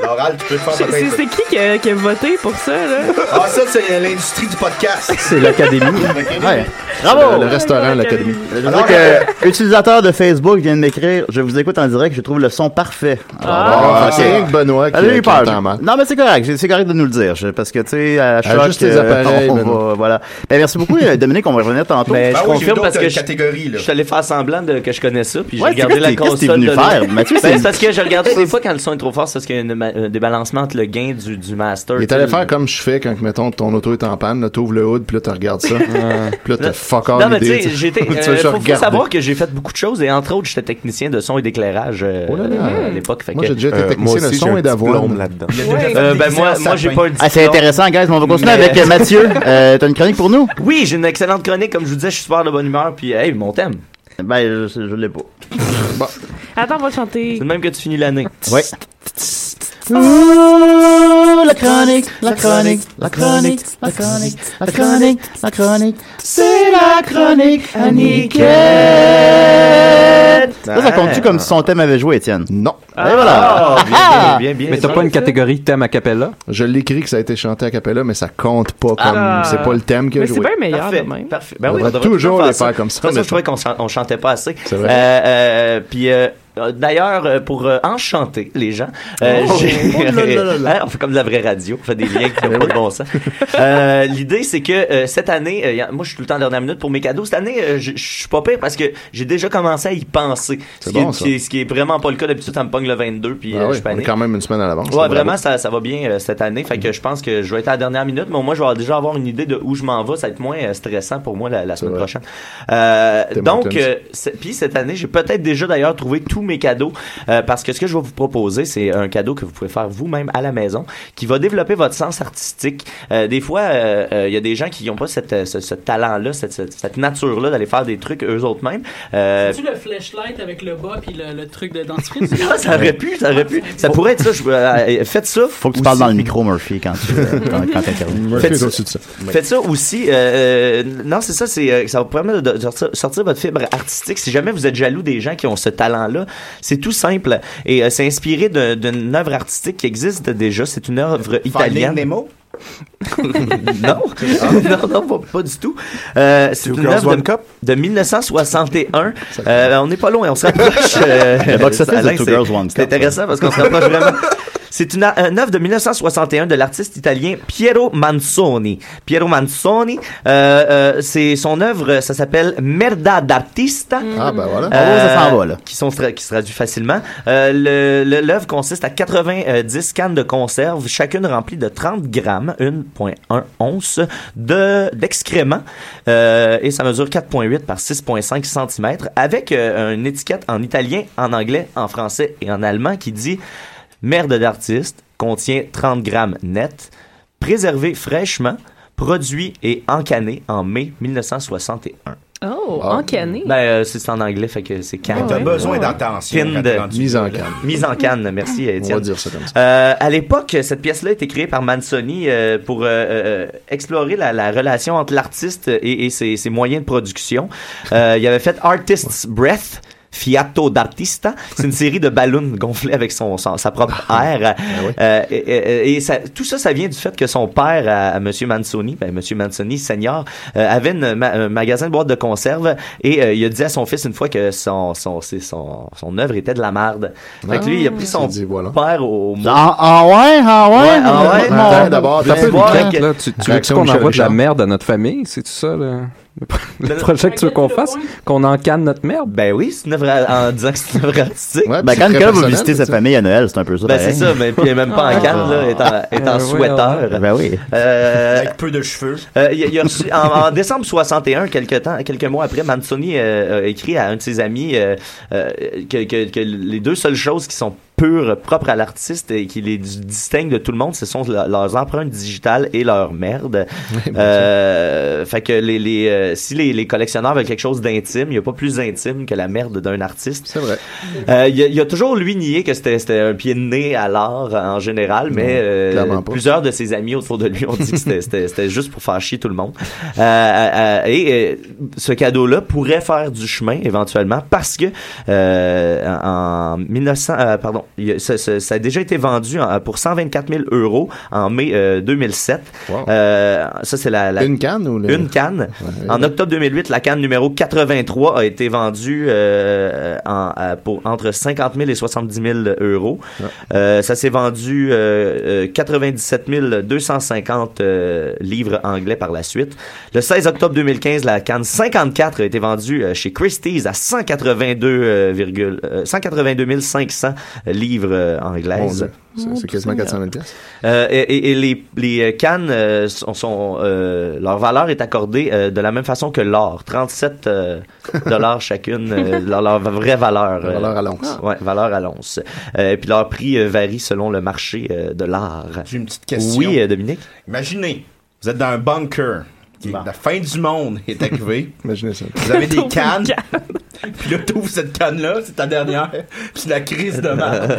S11: Laurel, tu peux faire
S5: C'est-
S11: ta
S5: C'est c'est qui qui a, qui a voté pour ça,
S6: (laughs)
S5: là?
S11: Ah, ça, c'est l'industrie du podcast.
S4: C'est l'académie. Ouais.
S6: Bravo!
S3: Oh.
S6: Le, le restaurant, l'académie.
S4: Je veux dire que, utilisateur de Facebook vient de m'écrire, je vous écoute en direct, je trouve le son parfait.
S6: Ah,
S4: ok.
S6: c'est rien que Benoît qui-
S4: Elle a eu
S6: qui
S4: peur.
S6: entend mal.
S4: Non, mais c'est correct, c'est correct de nous le dire, je- parce que, tu sais, à chaque
S6: Ajuste tes appareils,
S4: on
S6: Benoît.
S4: va- voilà. Ben, merci beaucoup, euh, Dominique, on va revenir tantôt.
S8: Ben, je confirme parce que
S7: euh,
S8: je,
S11: catégorie,
S8: je suis allé faire semblant de, que je connais ça, puis j'ai
S4: Ouais,
S8: regardé
S4: c'est quoi
S8: la
S4: t'es- qu'est-ce que t'es
S8: console.
S4: venu
S8: de
S4: faire?
S8: l'autre.
S4: Mathieu, c'est-
S8: ben, c'est parce que je regarde ça des fois quand le son est trop fort, c'est parce qu'il y a une ma- un débalancement entre le gain du, du master.
S6: Il est allé faire comme je fais quand, mettons, ton auto est en panne, là, t'ouvres le hood, puis là, tu regardes
S4: (laughs)
S6: ça. puis là, t'as fuck all
S8: Non, mais tu
S6: idée,
S8: sais, j'étais.
S6: (laughs) Tu vas
S8: euh,
S6: juste
S8: faut, faut
S6: regarder.
S8: savoir que j'ai fait beaucoup de choses et entre autres, j'étais technicien de son et d'éclairage euh, à l'époque. fait
S6: Moi,
S8: que-
S6: j'ai déjà
S4: Euh,
S6: été
S7: Euh,
S6: technicien de son et d'avoine.
S8: Euh, ben, moi, moi j'ai pas eu de
S4: Ah, c'est
S8: diplôme.
S4: intéressant, guys, mais on va continuer
S8: Mais-
S4: avec euh, Mathieu. Euh, T'as une chronique pour nous?
S8: Oui, j'ai une excellente chronique. Comme je vous disais, je suis super de bonne humeur. Puis, hey, mon thème.
S4: Ben, je, l'ai pas.
S5: Attends, on va chanter.
S8: C'est de même que tu finis l'année.
S4: Ouais. Ouh, la chronique, la chronique, la chronique, la chronique, la chronique, la chronique. C'est la chronique à Niquette. Ça, ça compte-tu
S8: Ah.
S4: comme si son thème avait joué, Étienne?
S6: Non.
S4: Et voilà. Ah!
S13: Mais t'as pas une catégorie thème a cappella?
S6: Je l'écris que ça a été chanté à cappella, mais ça compte pas comme.
S8: Ah.
S6: C'est pas le thème qu'il a
S8: Mais
S6: joué.
S8: c'est bien meilleur,
S6: Parfait.
S8: de même. Parfait. Ben
S6: On
S8: oui,
S6: devrait
S8: on devrait
S6: toujours
S8: faire
S6: les faire comme ça,
S8: De toute façon,
S6: mais-
S8: je trouvais qu'on chan- on chantait pas assez.
S6: C'est vrai.
S8: Euh, euh, puis, euh, euh, d'ailleurs, euh, pour euh, enchanter les gens, euh,
S11: Oh.
S8: j'ai-
S11: Oh là là là
S8: (laughs)
S11: là.
S8: Hein, on fait comme de la vraie radio, on fait des liens qui n'ont
S6: Ben
S8: pas de
S6: (laughs)
S8: bon sens. Euh, L'idée, c'est que euh, cette année, euh, y a- moi, je suis tout le temps en dernière minute pour mes cadeaux. Cette année, euh, je je suis pas pire parce que j'ai déjà commencé à y penser. Ce
S6: C'est
S8: qui, est-
S6: bon,
S8: ce
S6: ça.
S8: qui est, ce qui est vraiment pas le cas. D'habitude, ça me pogne le 22, puis
S6: Ah
S8: euh,
S6: oui,
S8: je suis
S6: on est
S8: panique.
S6: quand même une semaine à l'avance.
S8: Ouais,
S6: Bravo.
S8: vraiment, ça, ça va bien euh, cette année. Fait que je pense que je vais être à la dernière minute, mais au moins, je vais déjà avoir une idée de où je m'en vais. Ça va être moins euh, stressant pour moi la, la semaine prochaine. Euh,
S11: T'es
S8: donc,
S11: mountain.
S8: euh, c'est- puis cette année, j'ai peut-être déjà d'ailleurs trouvé tous mes cadeaux euh, parce que ce que je vais vous proposer, c'est un cadeau que vous pouvez faire vous-même à la maison qui va développer votre sens artistique. Euh, des fois, euh, euh, il y a des gens qui n'ont pas cette, euh, ce, ce talent-là, cette, cette, cette nature-là d'aller faire des trucs eux-autres-mêmes. Euh,
S3: tu le flashlight avec le bas puis le, le truc de dentifrice?
S8: ah, (laughs) ça aurait pu, ça aurait pu. Ça pourrait être ça. Je, euh, euh, faites ça.
S4: Faut que tu parles dans le micro, Murphy, quand tu euh, quand, quand t'interviens.
S8: Faites ça. Faites ça aussi. euh, euh, non, c'est ça. C'est euh, ça va vous permettre de, de sortir, sortir votre fibre artistique. Si jamais vous êtes jaloux des gens qui ont ce talent-là, c'est tout simple. Et euh, c'est inspiré d'un- d'une œuvre artistique qui existe déjà. C'est une œuvre italienne.
S11: Nemo?
S8: (laughs)
S4: (laughs)
S8: non, non, non, pas, pas du tout. Euh, c'est une
S7: Girls
S8: œuvre de,
S7: One Cup?
S8: de 1961. Euh, on n'est pas loin, on se
S4: (laughs)
S8: rapproche. euh,
S4: Le box-office
S8: Alain,
S4: de Two
S8: c'est-
S4: Girls, One
S8: C'est
S4: Cup.
S8: intéressant parce qu'on se rapproche vraiment. C'est une, une œuvre de 1961 de l'artiste italien Piero Manzoni. Piero Manzoni, euh, euh, c'est son œuvre, ça s'appelle Merda d'artista.
S6: Ah, ben voilà.
S8: Euh,
S6: Ah, ça s'en va, là.
S8: Qui, sont tra- qui se traduit facilement. Euh, le- le- L'œuvre consiste à 90 cannes de conserve, chacune remplie de 30 grammes, 1,1 once, de- d'excréments. Euh, et ça mesure 4,8 par 6,5 cm, avec euh, une étiquette en italien, en anglais, en français et en allemand qui dit Merde d'artiste contient 30 grammes net, préservé fraîchement, produit et encanné en mai 1961.
S5: Oh,
S8: Ah.
S5: encanné.
S8: Ben, euh, c'est c'est en anglais, fait que c'est calme.
S5: Mais t'as Ouais. besoin
S11: Euh, d'attention quand t'es rendu
S8: Mise en canne. Mise en canne, merci Étienne.
S6: On va dire ça comme ça.
S8: Euh, à l'époque, cette pièce-là a été créée par Manzoni euh, pour euh, euh, explorer la, la relation entre l'artiste et, et ses, ses moyens de production. Euh, il avait fait Artist's Breath. Fiato d'Artista. C'est une série de ballons gonflés avec son, son- sa propre
S6: Ah,
S8: air. Euh, et et- et ça- tout ça, ça vient du fait que son père, à, à Monsieur Manzoni, ben, Monsieur Manzoni senior, euh, avait une ma- un magasin de boîtes de conserve et euh, il a dit à son fils une fois que son son c'est son, son œuvre était de la merde. Fait que lui, il a
S6: Ah.
S8: pris son père au, au mot.
S4: Ah, ah ouais, ah ouais.
S8: Ouais, ah ouais.
S4: mon-
S8: Attends,
S4: mon-
S8: d'abord, t'as
S4: mon-
S8: peu
S4: mon-
S8: de
S4: mon-
S8: crainte,
S10: Là, tu, tu veux
S6: Réaction
S10: qu'on
S6: Michel
S10: envoie de la
S6: Richard.
S10: merde à notre famille? C'est tout ça, le, le pro- le projet que tu veux qu'on fasse? Qu'on encanne notre merde?
S8: Ben oui, c'est une œuvre à- en disant que c'est une œuvre artistique.
S4: Ben, quand quelqu'un va visiter sa famille à Noël, c'est un peu ça.
S8: Ben, c'est ça, mais puis elle est même pas en canne, là, elle est en- elle est en sweater.
S4: Ben oui.
S8: Avec peu de cheveux. Euh, il, a- il a reçu- en, en décembre 61, quelques temps, quelques mois après, Manzoni euh, a écrit à un de ses amis euh, euh, que, que- que les deux seules choses qui sont pures, propres à l'artiste et qui les dis- distinguent de tout le monde, ce sont le- leurs empreintes digitales et leur merde. Euh, fait que les, les, euh, si les, les collectionneurs veulent quelque chose d'intime, il n'y a pas plus intime que la merde d'un artiste. C'est
S6: vrai.
S8: il, a, il a toujours, lui, nié que c'était c'était un pied de nez à l'art euh, en général, mais euh,
S6: clairement pas.
S8: plusieurs de ses amis autour de lui ont dit que c'était- c'était c'était juste pour faire chier tout le monde. Euh, euh, euh, et euh, ce cadeau-là pourrait faire du chemin éventuellement parce que euh, en 1900, euh, pardon, il y a- ça, ça- ça a déjà été vendu en- pour 124 000 euros en mai euh, 2007. Euh, ça c'est la, la-
S6: Une canne ou le-
S8: une canne. en octobre 2008, la canne numéro 83 a été vendue euh, en- à- pour entre 50 000 et 70 000 euros. Euh, ça s'est vendu euh, euh, 97 250 euh, livres anglais par la suite. Le 16 octobre 2015, la canne 54 a été vendue euh, chez Christie's à 182, euh, virgule, euh, 182 500 livres euh,
S6: Mon
S8: anglaises.
S6: Dieu. C'est- C'est quasiment 400 000 piastres.
S8: Euh, et, et- et les, les cannes, euh, sont, sont, euh, leur valeur est accordée euh, de la même façon que l'or. 37 euh, dollars chacune, euh, leur, leur vraie valeur.
S6: Leur valeur à l'once.
S8: Oui, valeur à l'once. Euh, et puis leur prix euh, varie selon le marché euh, de l'art.
S11: J'ai une petite question.
S8: Oui, euh, Dominique.
S11: Imaginez, vous êtes dans un bunker. qui- La fin du monde est arrivée.
S6: Imaginez ça.
S11: Vous avez des cannes. Puis là, t'ouvres cette canne-là, c'est ta dernière. Puis la crise de merde.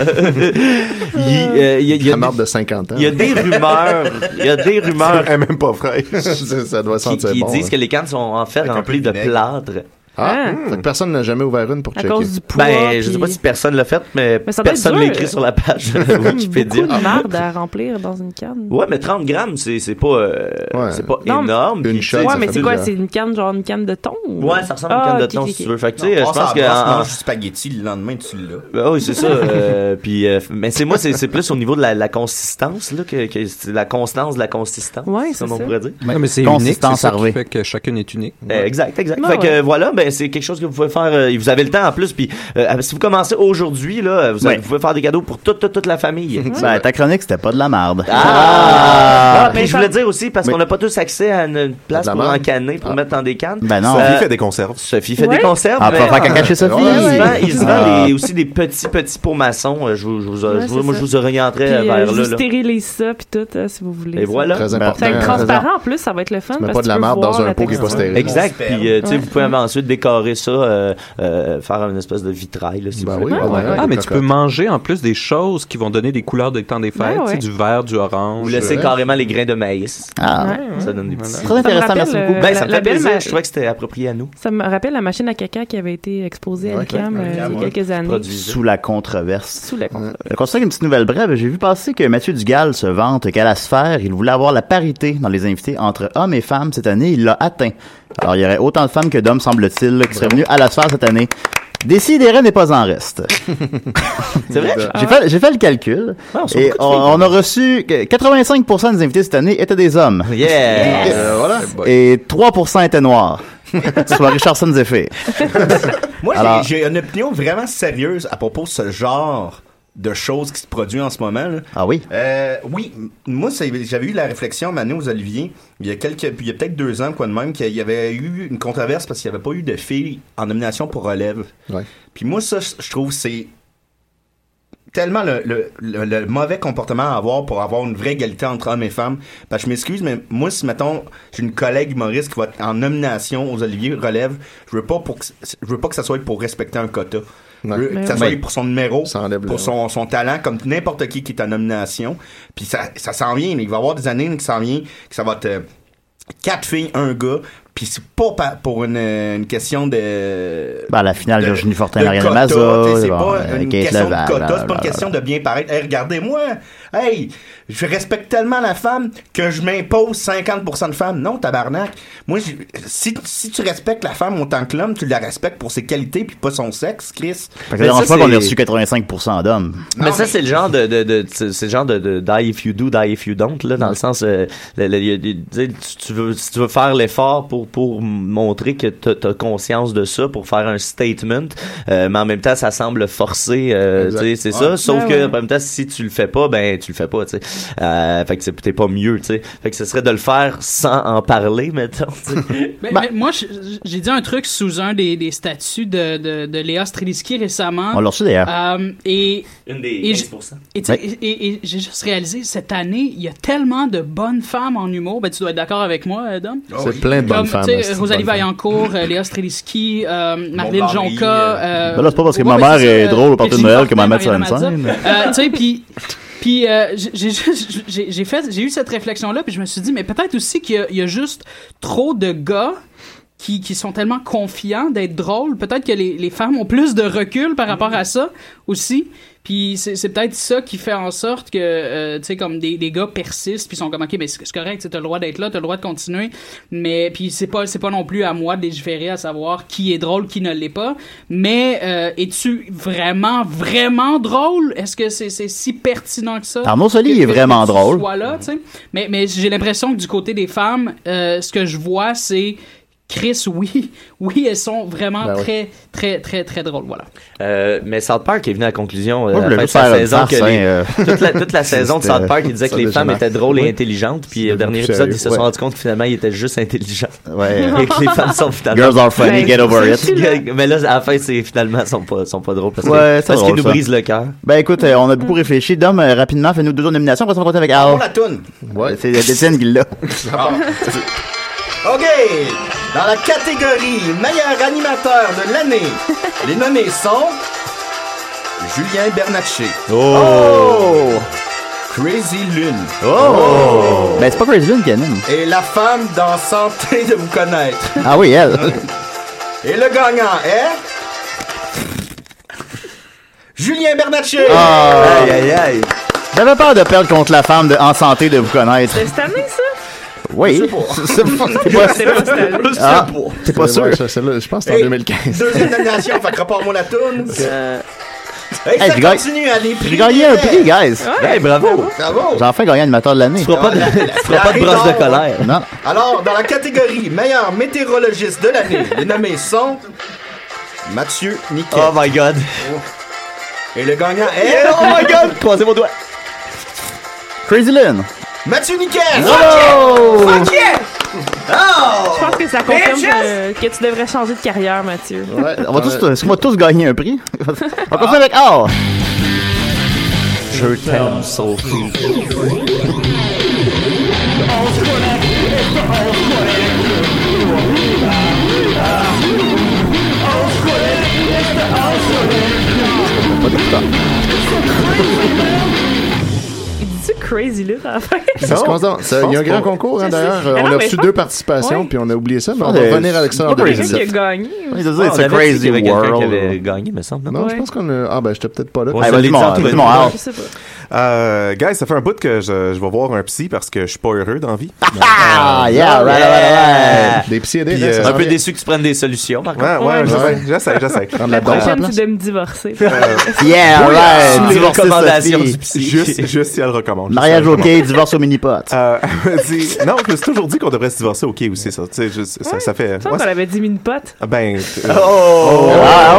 S8: euh,
S6: La marde de 50 ans.
S8: Il y a des rumeurs. Il y a des rumeurs.
S6: Elle est même pas
S8: (laughs)
S6: fraîche. ça ça doit
S8: Qui,
S6: sentir
S8: qui
S6: bon.
S8: disent
S6: hein.
S8: que les cannes sont en fait remplies de plâtre.
S6: Ah, fait que personne n'a jamais ouvert une pour
S8: À
S6: checker.
S8: cause du poids, Ben, je sais pas puis- si personne l'a fait, mais,
S5: Mais ça doit être
S8: personne
S5: dur.
S8: l'écrit sur la page de Wikipédia.
S5: Beaucoup de marde à remplir dans une canne.
S8: Ouais, mais 30 grammes, c'est c'est pas, euh, c'est pas
S5: Non,
S8: énorme. Puis, tu sais,
S5: Ouais,
S8: ça
S5: mais
S8: fait
S5: c'est quoi?
S8: plusieurs.
S5: C'est une canne, genre une canne de thon? ou-
S8: Ouais, ça ressemble à une
S5: Ah,
S8: canne de
S5: ok,
S8: thon,
S5: ok,
S8: si tu
S5: ok.
S8: veux. Fait que, tu sais,
S11: On
S8: je
S11: passe
S8: pense
S11: à
S8: que.
S11: brosse,
S8: en- en-
S11: mange du spaghetti, le lendemain, tu l'as.
S8: Ben oui, c'est ça. euh, puis, euh, mais c'est moi, c'est c'est plus au niveau de la, la consistance, là, que, que c'est la constance de la consistance,
S5: ouais,
S8: comme on pourrait dire.
S10: Non, mais c'est unique, c'est ça qui fait que chacune est unique.
S8: Euh, exact, exact.
S10: Ouais,
S8: fait que
S10: ouais.
S8: euh, voilà, ben c'est quelque chose que vous pouvez faire. euh, vous avez le temps en plus, puis euh, si vous commencez aujourd'hui là, euh, vous, avez-
S4: Ouais.
S8: vous pouvez faire des cadeaux pour toute toute, toute la famille.
S4: (laughs) Ben, ta chronique, c'était pas de la merde.
S8: Ah,
S4: mais
S8: puis je
S4: ça-
S8: voulais dire aussi parce
S4: Mais-
S8: qu'on n'a pas tous accès à une- une place
S4: la
S8: pour
S4: marde.
S8: encanner, pour mettre dans des cannes.
S4: Ben
S7: Ah,
S4: non.
S8: Euh,
S7: conserves.
S8: Sophie fait
S4: Ouais.
S8: des conserves.
S4: Ah,
S8: mais-
S4: pas faire caca chez Sophie.
S8: Ouais, il se vend-
S4: Ouais.
S8: il se vend
S4: Ah.
S8: des- aussi des petits, petits pourmaçons. Euh, Je vous, je vous,
S5: Ouais,
S8: je vous-
S5: c'est
S8: moi, je
S5: ça.
S8: vous orienterai
S5: Puis,
S8: vers
S5: euh,
S8: là.
S5: je vous
S8: là.
S5: stérilise ça, puis tout, euh, si vous voulez.
S8: Et voilà. Très important.
S5: Fait que
S8: Très
S5: transparent,
S8: important.
S5: en plus, ça va être le fun.
S8: Tu mets
S5: parce
S8: pas
S5: que
S8: de la
S5: tu peux
S8: marde
S5: voir
S8: dans un
S5: la
S8: pot qui est pas
S5: texture.
S8: stérile. Exact.
S5: Mon
S8: Puis, euh, tu sais,
S5: sperme.
S8: vous pouvez ensuite décorer ça, euh, euh, faire une espèce de vitrail, là, si
S6: Ben
S8: vous voulez.
S10: Ah, mais tu peux manger en plus des choses qui vont donner des couleurs des temps des
S7: Ben
S10: fêtes,
S8: Ouais, ouais.
S10: tu sais, du vert, du orange.
S8: Vous laissez
S10: Ouais.
S8: carrément les grains de maïs.
S10: Ah.
S8: Ça donne des petits.
S10: Très Ça me
S5: intéressant, rappelle, merci beaucoup. euh,
S8: Ben, ça
S5: la-
S8: me
S5: la
S8: fait
S5: belle
S8: plaisir.
S5: ma-
S8: Je trouvais que c'était approprié à nous.
S5: Ça me rappelle la machine à caca qui avait été exposée à
S8: Ouais,
S5: l'ICAM
S8: ouais,
S5: euh, il y a
S8: ouais.
S5: quelques années.
S4: Sous la controverse.
S5: Sous la controverse.
S4: Je constate une petite nouvelle brève. J'ai vu passer que Mathieu Dugal se vante qu'à la sphère, il voulait avoir la parité dans les invités entre hommes et femmes cette année. Il l'a atteint. Alors, il y aurait autant de femmes que d'hommes, semble-t-il, là, qui seraient venus à la sphère cette année. Décidéré n'est pas en reste.
S8: C'est vrai?
S11: Ah
S4: J'ai fait, j'ai fait le calcul.
S8: Ouais, on s'en
S4: et
S8: fout de
S4: on, on a reçu que 85% des invités cette année étaient des hommes.
S11: Oh,
S8: Yeah! Yes!
S6: Ben
S8: Euh, voilà.
S4: Et 3% étaient noirs. (laughs) Soit Richardson Zephyr.
S11: Moi, j'ai-
S4: Alors-
S11: j'ai une opinion vraiment sérieuse à propos de ce genre de choses qui se produit en ce moment.
S4: Ah oui?
S11: Euh, oui. m- Moi, c'est- j'avais eu la réflexion, Mané, aux Olivier, il y a quelques, il y a peut-être deux ans, quoi de même, qu'il y avait eu une controverse parce qu'il n'y avait pas eu de filles en nomination pour relève. Puis moi, ça, je trouve, que c'est tellement le, le- le- le mauvais comportement à avoir pour avoir une vraie égalité entre hommes et femmes. Parce que je m'excuse, mais moi, si, mettons, j'ai une collègue humoriste qui va être en nomination aux Olivier Relève, je veux pas, pour que, je veux pas que ça soit pour respecter un quota. Je veux
S6: Ouais.
S11: que ça
S6: Mais-
S11: soit pour son numéro,
S6: le-
S11: pour son, son talent, comme n'importe qui qui est en nomination. Puis ça, ça s'en vient. Il va y avoir des années qui s'en viennent, que ça va être euh, quatre filles, un gars. Puis Puis c'est pas pa- pour une, une question de.
S4: Ben, la finale, Virginie Fortin,
S11: de
S4: Ariel
S11: quota,
S4: Mazza.
S11: tu sais, C'est
S4: bon, euh,
S11: pas une
S4: Kate
S11: question
S4: Leval,
S11: de quota, c'est pas
S4: blablabla.
S11: une question de bien paraître. Hey, regardez-moi, hey, je respecte tellement la femme que je m'impose 50% de femmes. Non, tabarnak. Moi, je- si, si tu respectes la femme autant que l'homme, tu la respectes pour ses qualités puis pas son sexe, Chris.
S4: Fait que ça
S8: Mais
S4: dérange
S8: ça,
S4: pas qu'on ait
S8: c'est-
S4: reçu 85% d'hommes.
S8: mais ça, c'est le genre de, de, de- c'est c'est le genre de, de die if you do, die if you don't, là, dans le sens, euh, le- le- le- tu sais, tu- tu veux, si tu veux faire l'effort pour, pour montrer que t'as as conscience de ça, pour faire un statement, euh, mais en même temps, ça semble forcé, euh, tu
S11: Exact.
S8: sais, c'est
S11: Ouais.
S8: ça, sauf
S11: Ouais,
S8: que,
S11: ouais.
S8: en même temps, si tu le fais pas, ben, tu le fais pas, tu sais. Euh, fait que c'est- t'es pas mieux, tu sais. Fait que ce serait de le faire sans en parler, mettons, tu sais.
S3: Mais-
S4: Bah.
S3: mais moi, je- j'ai dit un truc sous un des, des statuts de, de, de Léa Streliski récemment.
S4: On l'a reçu, d'ailleurs.
S3: Euh, et,
S8: Une des
S3: et j-
S8: 15%.
S3: Et, tu sais,
S4: Oui.
S3: et- et- et j'ai juste réalisé, cette année, il y a tellement de bonnes femmes en humour. Ben, tu dois être d'accord avec moi, euh, Dom.
S6: C'est plein de bonnes
S3: Comme,
S6: femmes,
S3: tu sais,
S6: c'est une
S3: Rosalie
S6: bonne femme.
S3: Vaillancourt, euh, Léa Streliski, euh, Marlene
S4: Landry,
S3: Jonca. euh,
S4: Ben là, c'est pas parce que
S3: ouais,
S4: ma
S3: ouais,
S4: mère
S3: c'est ça,
S4: est
S3: euh,
S4: drôle au party de
S3: Virginie
S4: Noël que ma
S3: Fortin,
S4: mère sur une
S3: Mariana Mazza.
S4: scène.
S3: Euh, tu sais,
S4: (laughs)
S3: puis. Puis euh, j'ai- j'ai juste- j'ai j'ai fait j'ai eu cette réflexion là puis je me suis dit mais peut-être aussi qu'il y a- il y, a juste trop de gars qui, qui sont tellement confiants d'être drôles peut-être que les, les femmes ont plus de recul par rapport à ça aussi puis c'est c'est peut-être ça qui fait en sorte que euh, tu sais comme des, des gars persistent puis sont comme ok mais c'est c'est correct tu sais, t'as le droit d'être là t'as le droit de continuer mais puis c'est pas c'est pas non plus à moi de légiférer à savoir qui est drôle qui ne l'est pas mais euh, es-tu vraiment vraiment drôle est-ce que c'est c'est si pertinent que ça
S4: Arnaud Soli,
S3: que-
S4: il est
S3: que-
S4: vraiment
S3: que tu
S4: drôle.
S3: sois là, tu sais. mais, mais j'ai l'impression que du côté des femmes, euh, ce que je vois, c'est Chris, oui, (laughs) oui, elles sont vraiment
S8: Ben oui.
S3: très, très, très, très drôles. Voilà.
S8: Euh, mais South Park est venu à la conclusion euh,
S4: Moi, je
S8: à
S4: voulais
S8: la
S4: juste
S8: fin de
S4: faire
S8: la
S4: une
S8: saison
S4: farce,
S8: que les-
S4: hein, euh.
S8: toute, la, toute
S4: (laughs)
S8: la saison de
S4: C'était-
S8: South Park, il disait
S4: ça
S8: que les
S4: déjà
S8: femmes
S4: marche.
S8: étaient drôles
S4: Oui.
S8: et intelligentes, puis au dernier
S4: plus
S8: épisode,
S4: sérieux,
S8: ils se sont
S4: ouais.
S8: rendus compte que finalement, ils étaient juste intelligents.
S4: (laughs) Ouais.
S8: (laughs) et que les femmes sont finalement...
S4: Girls are funny, get over it.
S8: mais là, à la fin, c'est finalement, ils sont pas, sont pas drôles parce, que-
S4: Ouais, c'est
S8: parce qu'ils
S4: drôle,
S8: nous
S4: ça.
S8: brisent le cœur.
S4: Ben écoute, euh, on a beaucoup réfléchi. Dom, euh, rapidement, fais-nous deux autres nominations. On va se rencontrer avec Al.
S11: Pour la toune.
S4: Ouais. C'est Étienne qui l'a.
S11: Ah. OK! Dans la catégorie meilleur animateur de l'année, les nommés sont Julien Bernatchez.
S4: Oh!
S11: Crazy Lune.
S4: Oh! Ben c'est pas Crazy Lune qui anime.
S11: Et la femme dans Santé de vous
S4: (laughs)
S11: connaître.
S4: Ah oui, elle.
S11: Et le gagnant est. Julien Bernatchez!
S4: Ah.
S11: Aïe, aïe, aïe.
S4: J'avais peur de perdre contre la femme de En Santé de vous connaître.
S5: C'est cette année, ça?
S4: Oui.
S5: Je sais pas.
S4: C'est pas- T'es pas
S5: C'est pas cette année.
S4: sûr.
S5: Je sais
S4: Ah,
S5: pas.
S4: T'es pas
S6: C'est vrai,
S4: sûr.
S6: ça, celle-là, je pense que c'est en 2015.
S11: (laughs) Deuxième nomination, fait que rapporte-moi la toune. Hey,
S4: Hey,
S11: ça
S4: j'ai gagné-
S11: continue à les
S4: J'ai gagné un prix, guys.
S11: Ouais. Hey, Ben, bravo. Bravo.
S4: J'ai enfin gagné animateur de l'année.
S11: Tu feras pas de- La- la- tu feras pas de la- brosse de colère.
S4: Non.
S11: Alors, dans la catégorie meilleur météorologiste de l'année, les nommés sont Mathieu Niquet.
S8: Oh my god.
S11: Et le gagnant est.
S8: Yeah, oh my God. Croisez vos doigts.
S4: Crazy Lynn.
S11: Mathieu Niquet!
S4: Bravo.
S11: Fuck yeah!
S5: Je pense que ça confirme euh, que tu devrais changer de carrière, Mathieu. (laughs)
S4: On va tous, est-ce qu'on va tous gagner
S8: (laughs)
S4: un prix. On va avec Al.
S8: Je t'aime, Sophie.
S5: Il dit crazy là à la (laughs) fin.
S6: C'est ce qu'on se donne. Ça, Il y
S5: Je
S6: a un
S5: pense
S6: grand
S5: pas.
S6: concours, hein,
S5: Je sais.
S6: d'ailleurs.
S5: Mais
S6: On
S5: non,
S6: a
S5: mais
S6: reçu
S5: je
S6: deux
S5: pense-
S6: participations,
S5: Ouais.
S6: puis on a oublié ça, mais on
S4: Ouais,
S6: va revenir avec ça en
S4: c'est pas Crazy
S6: 2017.
S5: Lynn qui a gagné.
S4: Oui, c'est
S8: Ouais,
S4: ça, it's
S8: on
S4: a
S8: avait dit qu'il y
S4: crazy
S8: avait quelqu'un qui avait
S4: world.
S8: gagné, me semble.
S6: Non, je pense qu'on a... Ah, ben, j'étais peut-être pas là.
S8: Ouais,
S6: Ah,
S8: c'est
S6: vas-y,
S8: les
S6: mon-
S8: articles.
S6: vas-y, mon Al.
S5: Je sais pas.
S7: Euh, guys, ça fait un bout que je, je vais voir un psy parce que je suis pas heureux dans la vie.
S4: Ah, yeah, right, right, right, right.
S6: Des psy aidés,
S7: Puis,
S6: là, ça
S7: euh,
S8: Un
S6: s'en
S8: peu
S6: vient.
S8: déçu que tu prennes des solutions, par contre.
S7: Ouais, ouais,
S5: Ouais,
S7: j'essaie,
S6: ouais.
S7: j'essaie, j'essaie.
S6: Prendre
S5: La
S6: la dose.
S5: prochaine, c'est de me divorcer.
S4: Yeah,
S7: Oui,
S4: right.
S7: sous les
S4: Divorcer
S8: recommandations
S4: Sophie.
S8: du psy.
S7: Juste, juste si elle recommande.
S4: Mariage
S7: Juste
S4: au
S7: si elle
S4: quai, divorce au mini-pot.
S7: recommande. Euh, elle m'a dit- non, je me suis toujours dit qu'on devrait se divorcer au quai aussi, ça. Tu sais, je- ça, ça fait.
S5: Je pense
S7: ouais,
S5: qu'on avait dit une pote.
S7: ça- ben. euh,
S4: Ah,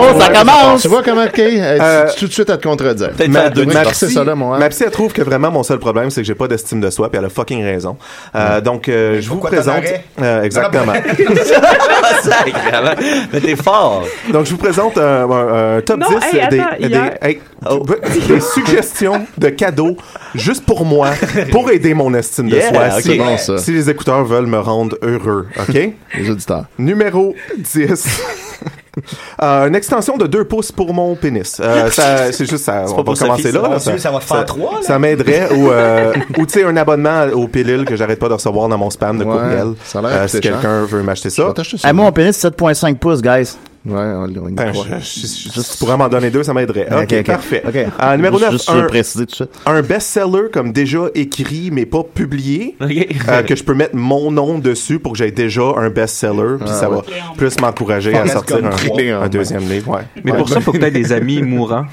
S4: oh, ça commence!
S6: Tu vois comment, OK, euh, tu- tout de suite à te contredire.
S8: Peut-être
S7: Ma,
S8: faire deux
S7: ma
S8: (laughs) divorces.
S6: C'est
S7: psy,
S6: ça, là, mon Al.
S7: ma psy, elle trouve que vraiment mon seul problème, c'est que j'ai pas d'estime de soi, puis elle a fucking raison. Euh, Donc, euh, je vous
S11: Pourquoi t'en
S7: présente.
S11: aurais?
S7: Euh, exactement.
S8: Sacrément. hein. Mais t'es fort.
S7: (laughs) Donc, je vous présente un, un- un top
S5: Non,
S7: 10
S5: hey, attends,
S7: des,
S5: hier-
S7: des- hey,
S11: Oh.
S7: tu- (laughs) des suggestions de cadeaux juste pour moi, pour aider mon estime de
S8: Yeah,
S7: soi.
S8: ok.
S7: si,
S6: Bon, ça.
S7: si les écouteurs veulent me rendre heureux, OK?
S6: Les auditeurs.
S7: Numéro 10. (laughs) Euh, une extension de 2 pouces pour mon pénis.
S11: (laughs)
S7: Euh, ça, c'est juste ça.
S11: C'est
S7: on
S11: pas
S7: va
S11: pour
S7: commencer
S11: Sophie,
S7: là.
S11: ça.
S7: là,
S11: Mon Dieu, ça va faire trois, là.
S7: Ça m'aiderait. ou,
S11: (laughs)
S7: euh, ou tu sais, un abonnement aux pilules que j'arrête pas de recevoir dans mon spam de courriel.
S6: ça a l'air
S7: Euh, si
S6: alléchant.
S7: quelqu'un veut m'acheter
S6: Je
S7: ça.
S6: vais t'acheter
S4: À moi, mon pénis, c'est 7.5 pouces, guys.
S6: Ouais, on l'a une
S7: Ben,
S6: croix.
S7: je- je- je- si tu pourrais m'en donner deux, ça m'aiderait.
S6: Ok,
S7: Ok,
S6: ok.
S7: parfait.
S6: Ok.
S8: Ah,
S7: Euh, numéro
S6: Juste-
S7: 9,
S6: juste
S7: un,
S6: préciser tout de
S7: un best-seller comme déjà écrit mais pas publié, euh, que je peux mettre mon nom dessus pour que j'aie déjà un best-seller, puis
S10: Ah,
S7: ça
S10: ouais.
S7: va plus m'encourager à
S10: Forrest
S7: sortir
S10: Gump. Clé en
S7: un, un
S10: main.
S7: deuxième livre. Ouais.
S10: Mais pour ça, faut que
S7: tu (laughs)
S10: t'aies des amis mourants.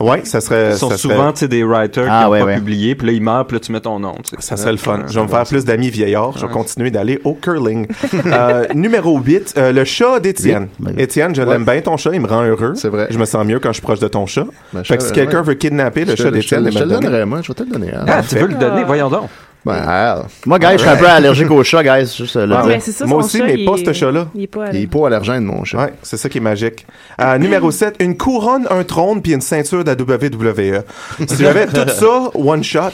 S7: Ouais, ça serait.
S10: Ce sont
S7: ça serait-
S10: souvent tu sais, des writers
S7: Ah,
S10: qui n'ont
S7: ouais,
S10: pas
S7: ouais.
S10: publié, puis là, ils meurent, puis là, tu mets ton nom. tu sais.
S7: Ça serait le fun. Je vais me
S10: Ouais.
S7: faire plus d'amis vieillards. Je vais continuer d'aller au curling. Euh, (laughs) numéro 8, euh, le chat d'Étienne.
S6: Ben
S7: Étienne, je l'aime bien ton chat, il me rend heureux. C'est vrai. Je me sens mieux quand je suis proche de ton chat.
S6: Ben, je
S7: fait que
S6: te-
S7: si quelqu'un
S6: ouais.
S7: veut kidnapper
S6: Je
S7: le
S6: te-
S7: chat
S6: je te-
S7: d'Étienne,
S6: Je te le
S7: me donner.
S6: donnerai, moi. Je vais te le donner.
S7: Ah, tu veux le donner,
S10: voyons donc.
S6: Ben, ah.
S4: Moi, guys, je suis un peu allergique au chat, guys. Juste euh, le
S7: Ah,
S4: dire.
S7: ouais, c'est ça, Moi son aussi, chat, mais il pas est- ce chat-là.
S5: Il est pas
S6: Il est pas allergène, mon chat.
S7: Ouais, c'est ça qui est magique.
S8: (clears throat)
S7: Euh, numéro 7, une couronne, un trône, puis une ceinture de la WWE.
S8: (laughs)
S7: Si j'avais tout ça, one shot,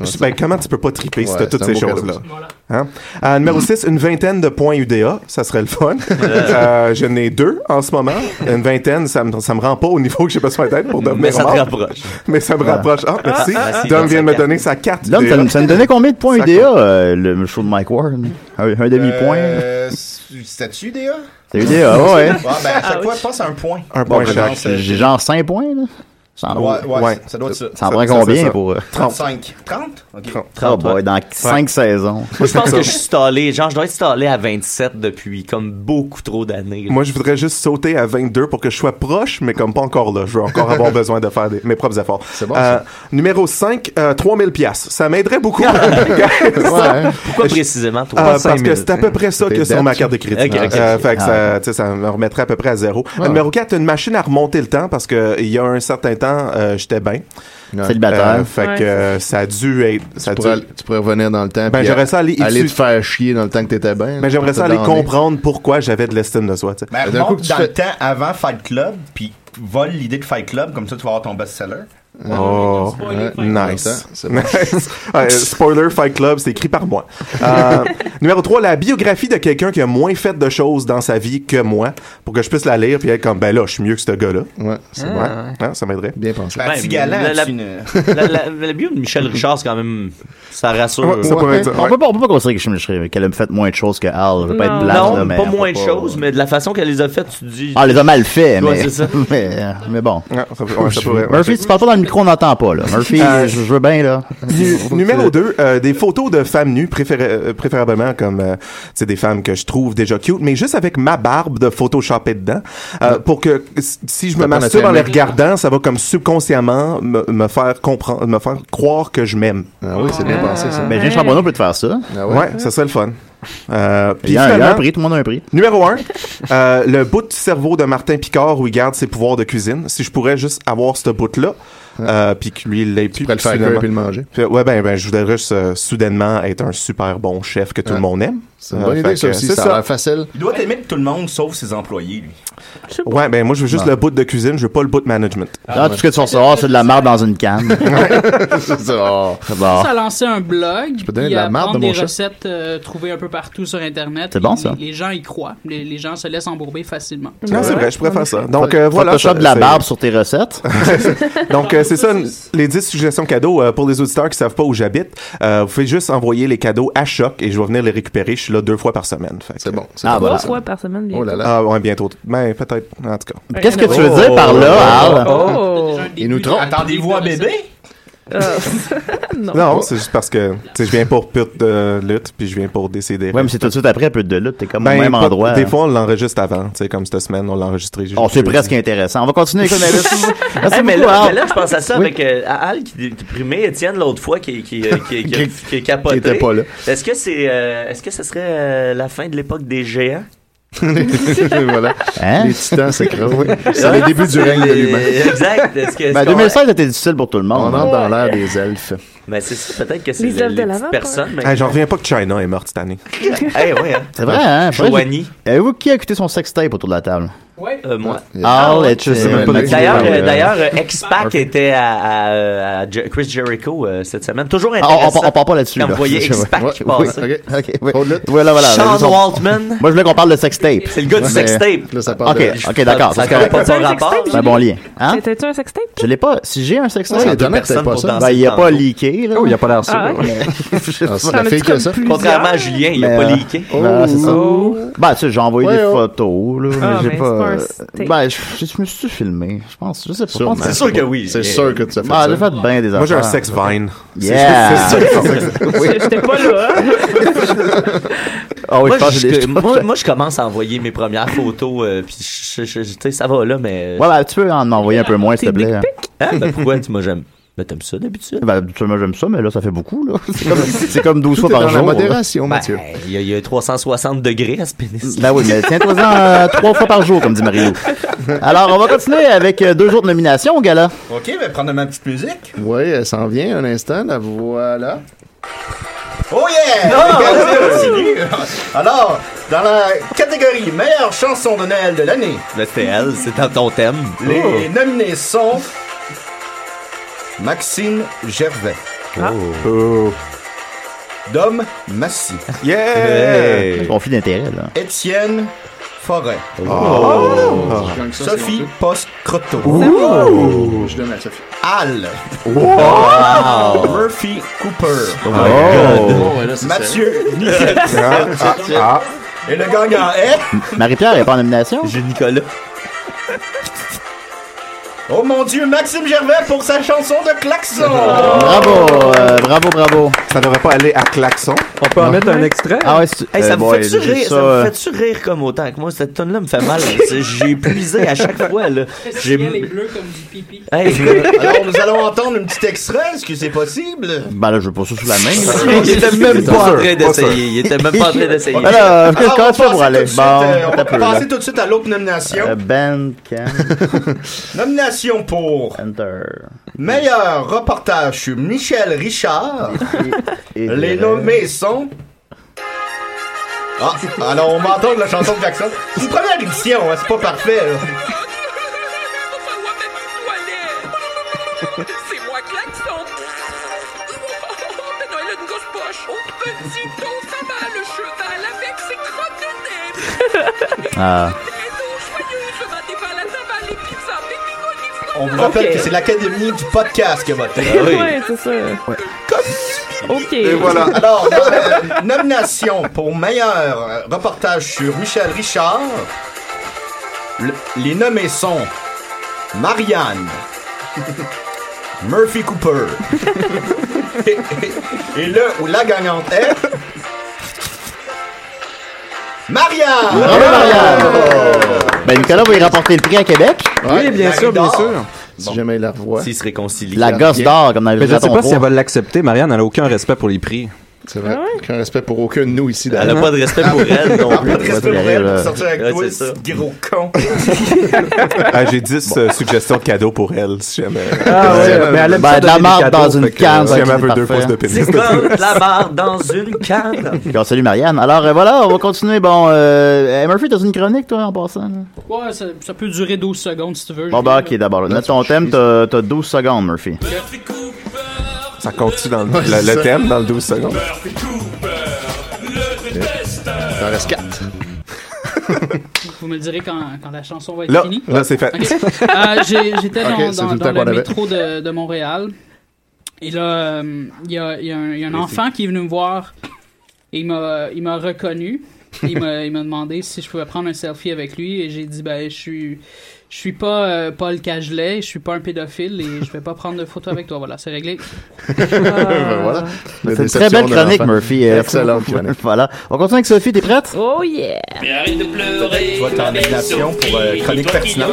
S7: je sais, ben, comment tu peux pas triper si
S6: Ouais,
S7: t'as
S6: c'est
S7: toutes
S6: un
S7: ces
S6: beau cadeau,
S7: choses-là?
S6: ça.
S7: Hein? Euh, numéro 6, une vingtaine de points UDA, ça serait le
S8: (laughs)
S7: fun. euh, J'en ai deux en ce moment. Une vingtaine, ça me, ça me rend pas au niveau que j'ai besoin d'être pour devenir
S8: Mais ça te
S7: mort.
S8: rapproche.
S7: Mais ça me
S8: Ah.
S7: rapproche. Ah, merci.
S8: Ah, ah, ah.
S7: Dom vient de me donner sa carte.
S4: L'homme, ça,
S7: UDA.
S4: nous- ça nous donnait combien de points
S7: Ça
S4: UDA, euh, le show de Mike Ward? Un, un demi-point?
S11: Euh, C'était-tu DA?
S4: C'est
S7: (laughs)
S4: UDA, ouais, ouais.
S11: Ah, ben, à chaque fois, je pense à un point.
S4: Un point
S11: je
S4: chaque.
S11: pense, euh,
S4: J'ai genre 5 points, là. Oh, Ça en
S11: Ah, Ouais,
S4: doit-
S11: ouais, ça doit être ça.
S4: Ça en prend combien pour... euh,
S11: 35. 30? Ok.
S4: Ah, boy, dans
S7: (laughs)
S4: 5 saisons.
S8: Moi, je pense que je suis stallé. Genre, je dois être stallé à 27 depuis comme beaucoup trop d'années. là.
S7: Moi, je voudrais juste sauter à 22 pour que je sois proche, mais comme pas encore là. Je veux encore avoir besoin de faire des- mes propres efforts.
S6: bon,
S7: Euh, numéro euh, 5, 3000 pièces. Ça m'aiderait beaucoup.
S8: Pourquoi précisément toi?
S7: Euh, parce que c'est à peu près ça que sur ma carte de crédit.
S8: Ok, ok.
S7: Euh, fait que
S8: Ah,
S7: ça,
S8: ouais.
S7: tu sais, ça me remettrait à peu près à zéro.
S8: Ouais.
S7: Numéro 4, une machine à remonter le temps parce que il y a un certain temps, euh, j'étais bien.
S6: Célibataire.
S7: Euh, fait
S6: Ouais.
S7: que euh, ça a dû être. Ça a
S6: Tu
S7: dû-
S6: pourrais, tu pourrais revenir dans le temps.
S7: Ben,
S6: puis
S7: j'aimerais ça aller-
S6: Aller
S7: issu-
S6: te faire chier dans le temps que t'étais bien.
S8: Ben,
S7: Mais j'aimerais ça aller comprendre pourquoi j'avais de l'estime de soi. tu sais.
S11: Ben,
S6: D'un coup que
S11: remonte
S6: tu
S11: dans
S6: fais-
S11: le temps avant Fight Club, puis vole l'idée de Fight Club, comme ça tu vas avoir ton best-seller.
S7: Oh, nice.
S11: C'est bon.
S7: Nice. (laughs) Ouais, Euh, Spoiler Fight Club, c'est écrit par moi. Euh, numéro 3, la biographie de quelqu'un qui a moins fait de choses dans sa vie que moi, pour que je puisse la lire puis être comme, ben là, je suis mieux que ce gars-là. Ouais,
S8: c'est bon.
S7: ça m'aiderait.
S6: Bien pensé.
S8: Ben, la, la- la- la- la bio de Michel Richard, c'est quand même. Ça rassure.
S4: On peut pas, on peut pas considérer que je me- qu'elle a fait moins de choses que Al. Je veux pas être blanc,
S8: Non,
S4: là, mais...
S8: pas moins de choses, mais de la façon qu'elle les a faites, tu dis.
S4: Ah, les a mal fait,
S8: Ouais, c'est ça.
S4: mais, (laughs) mais, euh, mais bon.
S7: ouais, ça pourrait-
S4: Murphy, si tu parles pas dans le micro, on n'entend pas, là. Murphy,
S7: Euh,
S4: je, je veux bien, là.
S7: Nu- numéro 2, des photos de femmes nues, préféré- euh, préférablement comme euh, tu sais, des femmes que je trouve déjà cute, mais juste avec ma barbe de photoshopée dedans, euh, pour que s- si je me
S6: Ça prend
S7: masturbe
S6: la
S7: en les
S6: famille.
S7: regardant, ça va comme subconsciemment me, me faire comprendre, me faire croire que je m'aime.
S6: Ah oui, c'est bien pensé, ça.
S4: Ben, James Charbonneau peut te faire ça.
S7: ouais. ça serait le fun. Euh,
S4: Il y, a, un- il y a un prix, tout le monde a un prix.
S7: Numéro 1, le bout de cerveau de Martin Picard où il garde ses pouvoirs de cuisine. Si je pourrais juste avoir ce bout-là, euh, puis que lui, il l'ait plus.
S6: pourrais le faire cuire puis le manger.
S7: Puis, ouais, ben, ben, je voudrais juste euh, soudainement être un super bon chef que tout le monde aime.
S6: C'est une bonne idée, ça aussi. Ça a l'air facile.
S11: Il doit aimer tout le monde sauf ses employés, lui.
S7: Ouais, ben moi, je veux juste
S11: Non.
S7: le bout de cuisine, je veux pas le bout de management.
S4: Ah, tout ce que tu vas recevoir, c'est de la marde dans une canne. c'est ça.
S3: Ça a lancé un blog. Je
S4: Ah. peux donner de la marde de mon
S3: des
S4: chat.
S3: recettes euh, trouvées un peu partout sur Internet.
S4: C'est
S3: Et
S4: bon,
S3: les-
S4: ça.
S3: Les, gens y croient. Les, les gens se laissent embourber facilement.
S7: Non, c'est vrai, je pourrais faire ça. Donc, euh, voilà.
S4: Photoshop
S7: ça-
S4: de la
S7: c'est-
S4: barbe sur tes recettes.
S7: (laughs) Donc, euh, c'est ça, n- les 10 suggestions cadeaux. euh, pour les auditeurs qui savent pas où j'habite, euh, vous pouvez juste envoyer les cadeaux à Choc et je vais venir les récupérer. Je suis là deux fois par semaine. C'est bon.
S4: Ah,
S5: Trois fois par semaine.
S3: oh
S5: bientôt.
S7: Ah, ouais, bientôt. Ben, peut-être,
S3: Euh,
S7: en tout cas.
S4: Oh Qu'est-ce que tu veux dire par là,
S8: Oh,
S3: oh,
S4: Al?
S6: Il nous trompe.
S11: Attendez-vous à bébé?
S7: Non, c'est juste parce que tu sais, je viens pour pute de lutte, puis je viens pour décider.
S6: oh.
S4: Ouais, mais c'est tout de suite après, peu de lutte. T'es comme
S7: Ben,
S4: au même
S7: pas-
S4: endroit. hein.
S7: Des fois, on l'enregistre avant, tu sais, comme cette semaine, on l'a enregistré.
S4: Oh, c'est presque intéressant. On va continuer avec le Merci
S8: Hey, mais,
S4: beaucoup,
S8: là,
S4: Al.
S8: mais là, je pense à ça
S4: Oui.
S8: avec euh, à Al qui déprimait Étienne l'autre fois qui, qui, (laughs) euh, qui, qui, qui, qui a capoté.
S6: était pas là.
S8: Est-ce que c'est euh, est-ce que ce serait euh, la fin de l'époque des géants?
S6: voilà.
S4: Hein?
S6: Les titans s'écrasent. C'est le début du
S8: C'est
S6: règne de
S8: les-
S6: l'humain.
S8: Exact. Est-ce que- est-ce
S4: Ben,
S8: qu'on-
S4: 2016 était difficile pour tout le monde.
S8: On entre dans
S4: l'ère des elfes.
S8: Ben, c'est ça, peut-être que c'est
S5: Les
S8: les, les,
S5: œuvres de l'avant,
S8: petites personnes.
S4: (laughs)
S7: Hey, J'en reviens pas que China est morte cette année.
S8: Eh ouais, hein. (laughs)
S4: C'est vrai, hein?
S8: Joanie.
S4: Avez-vous qui a écouté son sextape autour de la table?
S8: Euh, moi.
S4: Ah, ouais, tu sais même pas de qui
S8: D'ailleurs,
S4: tu parles,
S8: euh,
S4: là.
S8: d'ailleurs, euh, X-Pac était à, euh, à- à Je- Chris Jericho euh, cette semaine. Toujours
S4: Ah, on,
S8: intéressant.
S4: on, on part pas là-dessus.
S8: Quand
S4: là. (laughs)
S8: vous voyez
S4: Ouais,
S8: X-Pac
S4: ouais,
S8: passer.
S4: oui, ok, ok, oui. Voilà, voilà.
S8: Sean
S4: Juste, on- (laughs)
S8: Waltman.
S4: Moi, je voulais qu'on parle de sextape.
S8: C'est le gars du sextape.
S4: Là, ça
S8: parle
S4: Ok,
S8: de-
S4: ok, d'accord.
S8: Ça-
S4: c'est
S8: ça
S4: correct.
S8: compte pas par rapport,
S4: C'est un bon lien. Hein?
S5: C'était-tu un sextape?
S4: Je l'ai pas. Si j'ai un sextape,
S8: Ouais,
S4: il y a
S8: étonnant
S4: deux
S8: que t'aies
S4: personnes
S8: pas
S4: pour
S8: ça.
S4: danser Ben, il a
S8: tantôt.
S4: pas leaké, là.
S8: Oh, il a pas l'air sûr.
S4: Ah, ouais.
S8: Ouais.
S4: Je-
S8: c'est la fille qui a ça. Contrairement à Julien, il a
S4: Mais,
S8: pas
S4: euh,
S8: leaké.
S4: Ben, c'est ça.
S8: Oh.
S4: Ben, tu sais, j'ai envoyé
S8: Ouais,
S4: des
S8: oh.
S4: photos, là,
S8: Ah,
S4: mais
S8: mais
S4: j'ai
S8: c'est pas
S4: pas.
S8: un
S4: euh,
S8: sextape.
S4: Ben, je je- je me suis filmé, je pense. Je sais pas. Je pense
S7: Sûrement. C'est sûr que oui. C'est sûr que tu as fait
S4: Ben,
S7: ça.
S4: j'ai fait bien des affaires.
S7: Moi, j'ai un sex vine.
S4: Yeah!
S7: C'est sûr
S4: (laughs)
S7: que-
S4: Oui.
S5: J'étais pas là. hein.
S4: Ah oui,
S8: moi,
S4: je pense que j'ai des-
S8: je, moi, moi, je commence à envoyer mes premières photos, euh, puis je- je- je- tu sais, ça va là, mais.
S4: Ouais, ben, tu peux en envoyer un peu moins, s'il te plaît.
S8: Hein? Ben, pourquoi tu moi j'aime? Ben, t'aimes ça d'habitude?
S4: Ben, habituellement, j'aime ça, mais là, ça fait beaucoup, là. C'est comme, c'est comme 12
S8: Tout
S4: fois
S8: est
S4: par
S8: dans la
S4: jour. là.
S8: modération, Ben, Il y, a- il y a 360 degrés à ce pénis.
S4: Ben oui, mais tiens-toi-en euh, trois fois par jour, comme dit Mario. Alors, on va continuer avec euh, deux autres nominations, gala.
S11: Ok, ben prendre ma petite musique.
S6: Oui, elle s'en vient un instant, euh, la voilà.
S11: Oh yeah! (laughs)
S6: Non!
S11: Regardez, on continue. (laughs) Alors, dans la catégorie meilleure chanson de Noël de l'année,
S8: Ben, c'est elle, c'est dans ton thème.
S11: les
S8: Oh.
S11: nominés sont Maxime Gervais.
S6: Ah.
S7: Oh.
S11: Dom Massy.
S4: Yeah! Conflit d'intérêt, là.
S11: Étienne Forêt.
S6: Oh. Je
S4: Ah.
S6: gagne ça,
S11: Sophie
S6: c'est
S11: Post-Crotto.
S6: Oh. Ouh. Je donne à Sophie.
S11: Al. Oh.
S6: Wow.
S11: Murphy Cooper.
S6: Oh my Oh. God.
S4: Oh, ouais, là, c'est
S11: Mathieu
S4: sérieux.
S11: Niquette.
S4: (laughs) Ah, ah, ah.
S11: Et le gagnant est...
S4: Marie-Pierre n'est pas en nomination?
S8: J'ai Nicolas.
S11: Oh mon Dieu, Maxime Gervais pour sa chanson de klaxon.
S4: Bravo, euh, bravo, bravo.
S7: Ça devrait pas aller à klaxon.
S10: On peut en mettre un extrait?
S4: Ah ouais, c'est-
S8: Hey, ça me
S4: Euh, boy,
S8: fait-tu
S4: j'ai
S8: rire, ça
S4: ça,
S8: me
S4: euh,
S8: fait-tu rire comme autant que moi? Cette tonne-là me fait mal. hein. C'est- J'ai puisé à
S4: (laughs)
S8: chaque fois, là. J'ai...
S11: comme du pipi.
S8: Hey, je-
S4: Ah,
S11: Alors nous allons entendre un petit extrait, est-ce que c'est possible
S4: Ben là, je veux pas ça sous la main.
S11: Il était même pas en train
S8: d'essayer, il était même pas en train d'essayer.
S4: Alors,
S11: Alors,
S4: comment tu fais pour aller?
S11: Tout de suite,
S4: Bon,
S11: euh, on
S4: t'as
S11: va
S4: peu,
S11: passer
S4: là.
S11: tout de suite à l'autre nomination.
S4: Euh, Ben, Cam.
S11: Nomination pour
S4: Enter.
S11: meilleur reportage sur Michel Richard.
S4: euh,
S11: Les nommés sont. Ah, alors on va entendre la chanson de Jackson. C'est une première édition, hein, c'est pas parfait. là.
S14: C'est moi, Klaxon. Oh, ben non, elle a une grosse poche. Oh, petit dos, ça va, le cheval avec ses crottes de nez.
S4: Ah.
S14: Et donc, joyeuse, je vais dévaler la table, les pizzas, les bigonis.
S11: On vous rappelle
S14: Ok.
S11: que c'est l'Académie du podcast qui a
S8: (laughs)
S11: voté.
S5: ouais, c'est ça. Ok.
S11: Et voilà. (laughs) Alors, nom- euh, nomination pour meilleur euh, reportage sur Michel Richard. Le- les nommés sont Marianne, (laughs) Murphy Cooper. (laughs) et, et- et le ou la gagnante est. Marianne! Euh,
S4: Bravo, Marianne! Ben, Nicolas va y rapporter le prix à Québec.
S10: Oui, bien sûr, bien sûr.
S6: Si jamais il la revoit.
S8: S'il se réconcilie.
S4: La gosse d'or, comme dans les
S10: Mais je sais
S4: Jonathan
S10: pas si
S4: Roy.
S10: elle va l'accepter, Marianne. Elle a aucun respect pour les prix.
S6: C'est vrai.
S5: Ah
S6: Aucun respect pour aucun de nous ici.
S10: Elle a
S6: d'ailleurs.
S10: pas de respect pour elle
S4: (laughs)
S10: non plus.
S6: Elle a pas de respect pour
S10: Ouais,
S6: elle.
S10: ouais.
S6: Ça-
S11: Sortir avec
S8: Ouais,
S11: toi,
S8: c'est ça.
S11: ce gros con.
S7: Ah, j'ai 10 euh, suggestions de cadeaux pour elle, si jamais.
S4: Ah ouais, ben,
S7: Si jamais-
S4: mais elle aime Ben, ça de la donner des marde cadeaux, dans une fait que, canne,
S7: euh, Si
S4: ça,
S7: jamais
S4: c'est
S7: elle veut deux
S4: parfait.
S7: pouces
S4: hein.
S7: de pénis.
S8: C'est comme de la barre dans une canne.
S4: Puis on salue Marianne. Alors euh, voilà, on va continuer. Bon, euh, hey, Murphy, t'as une chronique, toi, en passant? là?
S3: Ouais, ça, ça peut durer 12 secondes si tu veux.
S4: Bon, ben, ok, d'abord. là. Note ton thème, t'as t'as 12 secondes, Murphy.
S7: Ça compte-tu dans le,
S4: Ouais,
S7: le-
S4: c'est
S7: le
S4: ça.
S7: thème, dans le 12 secondes?
S6: Il en reste 4.
S3: Vous me le direz quand, quand la chanson va être
S7: Là,
S3: finie.
S7: là, c'est fait.
S3: Ok. Euh, j'ai- J'étais dans,
S7: (laughs) Ok, c'est
S3: dans-
S7: tout
S3: dans
S7: le temps qu'on
S3: le
S7: avait.
S3: métro de, de Montréal. Et là, euh, il y, a, il y a un, il y a un enfant qui est venu me voir. Et il m'a il m'a reconnu. Et Il m'a il m'a demandé si je pouvais prendre un selfie avec lui. Et j'ai dit, ben, je suis... Je suis pas euh, Paul Cagelet, je suis pas un pédophile et je vais pas prendre de photo avec toi. Voilà, c'est réglé.
S6: Ben voilà. La
S4: C'est une
S6: déception
S4: très belle
S6: de
S4: chronique,
S6: l'enfant.
S4: Murphy. Euh, (laughs)
S6: Excellente chronique.
S4: voilà. On continue avec Sophie, t'es prête?
S5: Oh yeah!
S14: Mais arrête de pleurer.
S11: Toi, t'es en nomination pour euh, chronique pertinente.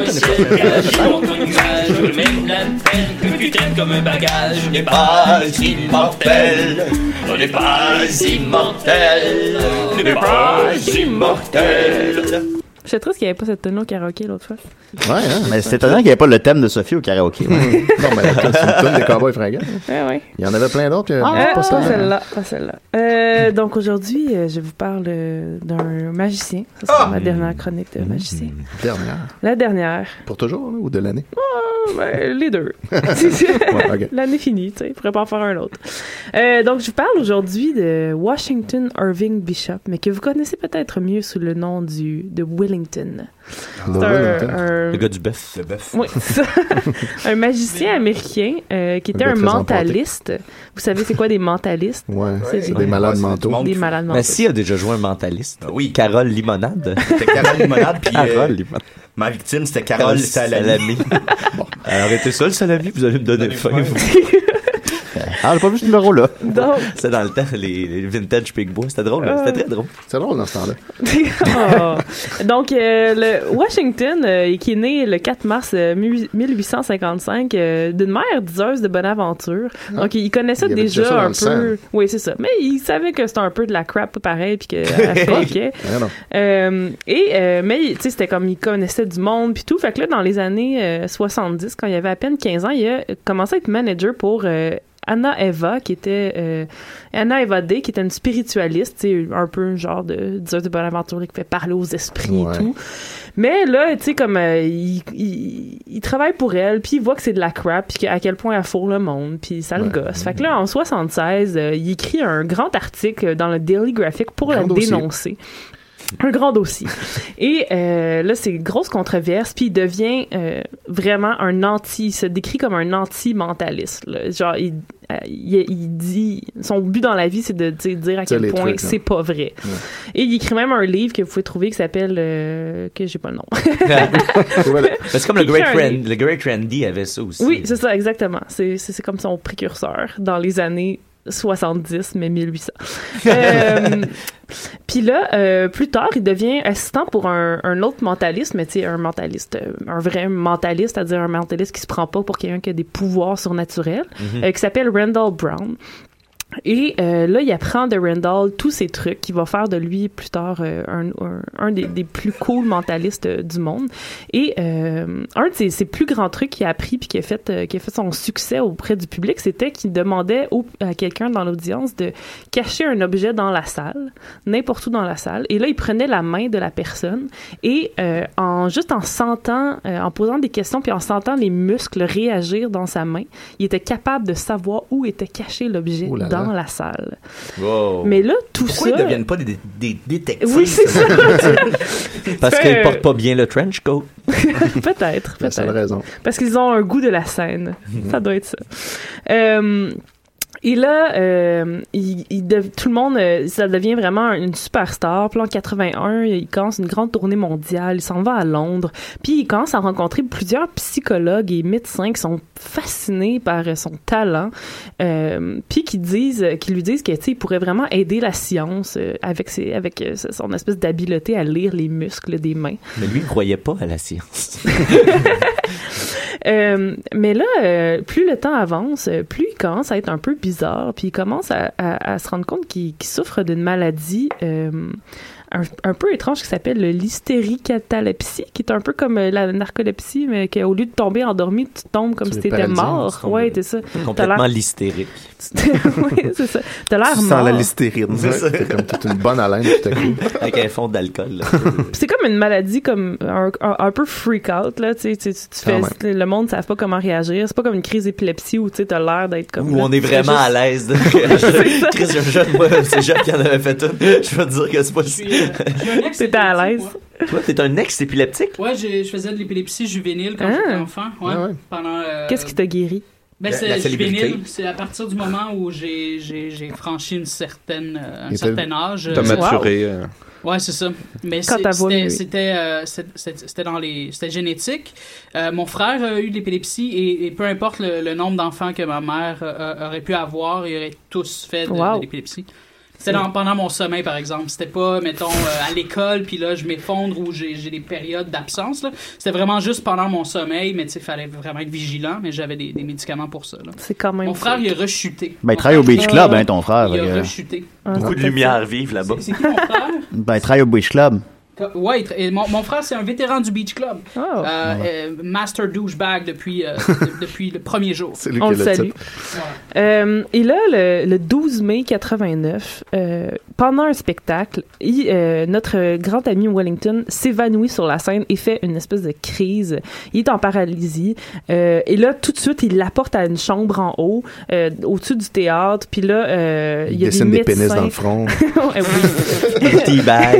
S14: même la peine que tu traînes comme un bagage. On n'est pas immortel. On n'est pas immortel. On n'est pas immortel.
S5: Je suis triste qu'il n'y avait pas cette tonne au karaoké l'autre fois.
S4: Ouais, Ah, Mais c'est étonnant qu'il n'y ait pas le thème de Sophie au karaoké. ouais.
S6: hein. non, mais là, c'est une tonne des cowboys fringants.
S5: Ouais, Ah ouais.
S6: Il y en avait plein d'autres. puis,
S5: Ah,
S6: euh,
S5: pas
S6: ça.
S5: celle-là, pas celle-là. Euh, donc aujourd'hui, euh, je vous parle euh, d'un magicien. Ça
S11: Ah!
S5: sera ma dernière chronique de magicien.
S6: Dernière.
S5: La dernière. (laughs)
S6: Pour toujours, là, ou de l'année?
S5: Ah, ben, les deux.
S6: (laughs) Ouais, ok.
S5: L'année finie, tu sais, pourrait pas en faire un autre. Euh, donc, je vous parle aujourd'hui de Washington Irving Bishop, mais que vous connaissez peut-être mieux sous le nom du, de Wellington.
S6: Ah, ben
S5: C'est un- un-
S8: Le gars du bœuf. Le bœuf.
S5: Oui, c'est ça. un magicien américain euh, qui était
S8: gars
S5: un
S8: très emporté.
S5: mentaliste. Vous savez, c'est quoi des mentalistes? (laughs)
S6: Ouais,
S5: C'est
S6: c'est
S5: du-
S6: des malades
S5: Ouais,
S6: mentaux.
S5: Des malades mentaux.
S8: Mais si a déjà joué un mentaliste. oui. Carole Limonade.
S11: C'était Carole Limonade, puis, euh,
S8: Carole Limonade.
S11: Ma victime, c'était Carole Salami.
S8: bon. Arrêtez ça, le salami, vous allez me donner faim. vous. (laughs)
S4: Ah, j'ai pas vu ce numéro-là.
S5: Donc-
S8: C'est dans le temps, les, les vintage pig bois. C'était
S4: Euh,
S8: drôle, hein? c'était très drôle.
S6: C'est drôle dans ce temps-là.
S5: Oh. Donc, euh, le Washington, euh, qui est né le 4 mars euh, 1855 euh, d'une mère diseuse de bonne aventure. Donc, il connaissait
S14: Il y avait
S5: déjà,
S14: déjà ça dans
S5: un
S14: le
S5: peu. Oui, c'est ça. Mais il savait que c'était un peu de la crap pareil, puis
S14: (laughs)
S5: que elle fakeait.
S14: Ouais, non.
S5: Euh, et euh, mais tu sais c'était comme il connaissait du monde puis tout fait que là dans les années euh, 70 quand il avait à peine 15 ans il a commencé à être manager pour euh, Anna Eva qui était euh, Anna Eva Day qui était une spiritualiste tu sais, un peu un genre de dieu de bonne aventure qui fait parler aux esprits
S14: Ouais.
S5: et tout mais là tu sais comme euh, il, il- il travaille pour elle puis il voit que c'est de la crap puis à quel point elle fourre le monde puis ça le gosse fait que là en 76 euh, il écrit un grand article dans le Daily Graphic pour la
S14: Grand dossier.
S5: dénoncer un
S14: (laughs)
S5: grand dossier. Et euh, là, c'est une grosse controverse, puis il devient euh, vraiment un anti, il se décrit comme un anti-mentaliste. là. Genre, il, euh, il- il dit, son but dans la vie, c'est de tu sais, dire à
S14: C'est
S5: quel
S14: les
S5: point
S14: trucs, là.
S5: c'est pas vrai. Et il écrit même un livre que vous pouvez trouver qui s'appelle, euh, que j'ai pas le nom.
S8: C'est comme le
S5: Écrit
S8: Great,
S5: un
S8: Ren-
S5: livre.
S8: le Great Randy avait ça aussi.
S5: Oui, c'est ça, exactement. C'est c'est- c'est comme son précurseur dans les années 70, mais 1800. (laughs) Euh, Puis là, euh, plus tard, il devient assistant pour un, un autre mentaliste, mais tu sais, un mentaliste, euh, un vrai mentaliste, c'est-à-dire un mentaliste qui se prend pas pour quelqu'un qui a des pouvoirs surnaturels,
S14: Mhm.
S5: euh, qui s'appelle Randall Brown. Et euh, là, il apprend de Randall tous ces trucs qui va faire de lui plus tard euh, un, un- un des, des plus cool mentalistes euh, du monde. Et euh, un de ses, ses plus grands trucs qu'il a appris puis qui a fait euh, qui a fait son succès auprès du public, c'était qu'il demandait au- à quelqu'un dans l'audience de cacher un objet dans la salle, n'importe où dans la salle. Et là, il prenait la main de la personne et euh, en juste en sentant, euh, en posant des questions puis en sentant les muscles réagir dans sa main, il était capable de savoir où était caché l'objet
S11: Ouh là là.
S5: dans la salle.
S8: Wow.
S5: Mais là, tout
S11: Pourquoi
S5: ça-
S11: ils deviennent pas des, des- des détectives?
S5: Oui, c'est ça.
S8: (laughs) Parce
S5: Fait,
S8: qu'il
S5: euh,
S8: porte pas bien le trench coat.
S5: (laughs) peut-être,
S8: La seule
S5: peut-être.
S8: raison.
S5: Parce qu'ils ont un goût de la scène.
S8: Mhm.
S5: Ça doit être ça. Euh, et là, euh, il- il dev- tout le monde, euh, ça devient vraiment une superstar. Puis là, en 81, il commence une grande tournée mondiale. Il s'en va à Londres. Puis il commence à rencontrer plusieurs psychologues et médecins qui sont fascinés par euh, son talent. Euh, puis qui disent, qui lui disent que, tu sais, il pourrait vraiment aider la science euh, avec, ses, avec euh, son espèce d'habileté à lire les muscles des mains.
S8: Mais lui, il croyait pas à la science.
S5: Euh, mais là, euh, plus le temps avance, euh, plus il commence à être un peu bizarre, puis il commence à, à- à se rendre compte qu'il qu'il souffre d'une maladie euh, un, un peu étrange qui s'appelle le l'hystérie catalepsie, qui est un peu comme euh, la narcolepsie, mais qu'au lieu de tomber endormi, tu tombes comme
S8: Tu
S5: si
S8: es
S5: t'étais
S8: paralysé,
S5: mort.
S8: tu tombes-
S5: Ouais, t'es ça. T'as l'air-
S8: Complètement l'hystérique.
S5: (laughs) oui, c'est ça. T'as l'air
S8: Tu
S5: mort.
S8: sens la listérine.
S6: Ouais,
S8: C'est ça.
S6: t'es comme toute une bonne haleine tout à coup.
S8: Avec un fond d'alcool. (laughs) là.
S5: Puis (laughs) c'est comme une maladie comme un, un- un peu freak out là, tu sais, tu, tu- tu fais-
S8: Quand
S5: le monde ne savent pas comment réagir, c'est pas comme une crise d'épilepsie où tu sais, t'as l'air d'être comme
S8: Où
S5: là,
S8: on est
S5: tu fais
S8: vraiment à
S5: juste-
S8: l'aise. (laughs) Je- Chris, j'ai un jeune, moi, c'est Jacques qui en avait fait une. Je veux te dire que c'est pas si.
S3: euh,
S5: (laughs) T'étais à l'aise.
S8: Toi, t'es un ex-épileptique?
S3: Ouais, j'ai- je faisais de l'épilepsie juvénile quand
S5: Ah.
S3: j'étais enfant. Ouais,
S5: Ah ouais.
S3: Pendant, euh,
S5: Qu'est-ce qui t'a guéri
S3: ben,
S5: La- la
S3: c'est
S5: célébrité.
S3: juvénile. C'est à partir du moment où j'ai- j'ai j'ai franchi une certaine, euh, un
S10: Il t'a-
S3: certain âge.
S10: t'as
S3: euh,
S10: maturé, Wow. euh.
S3: Ouais, c'est ça. Mais
S5: Quand
S3: c'est-
S5: ta voix
S3: c'était
S5: muet.
S3: c'était, euh, c'est- c'est- c'était dans les c'était génétique. Euh, mon frère a eu de l'épilepsie et, et peu importe le, le nombre d'enfants que ma mère euh, aurait pu avoir, ils auraient tous fait de,
S5: Wow.
S3: de l'épilepsie. C'était dans- pendant mon sommeil, par exemple. C'était pas, mettons, euh, à l'école, puis là, je m'effondre ou j'ai j'ai des périodes d'absence. là. C'était vraiment juste pendant mon sommeil, mais tu sais, fallait vraiment être vigilant, mais j'avais des, des médicaments pour ça. là.
S5: C'est quand même
S3: Mon frère, il a rechuté.
S4: Ben,
S3: Mon
S4: il travaille au
S3: frère,
S4: Beach Club, hein, ton frère.
S3: Il
S4: fait
S3: a
S4: que-
S3: rechuté.
S8: Beaucoup de lumière vive là-bas.
S3: C'est qui mon frère?
S4: Ben, il travaille au Beach Club.
S3: Ouais, il tra- et mon, mon frère, c'est un vétéran du Beach Club.
S5: Oh.
S3: Euh,
S5: Ouais.
S3: euh, master douchebag depuis, euh,
S4: (laughs)
S3: de- depuis le premier jour.
S5: On le salue. Euh, et là, le, le 12 mai 89, euh, pendant un spectacle, il- euh, notre euh, grand ami Wellington s'évanouit sur la scène et fait une espèce de crise. Il est en paralysie. Euh, et là, tout de suite, il l'apporte à une chambre en haut, euh, au-dessus du théâtre. Puis là, euh, il y a des,
S6: dessine des pénis
S5: médecins-
S6: dans
S5: (laughs)
S6: le front.
S5: Ouais, oui.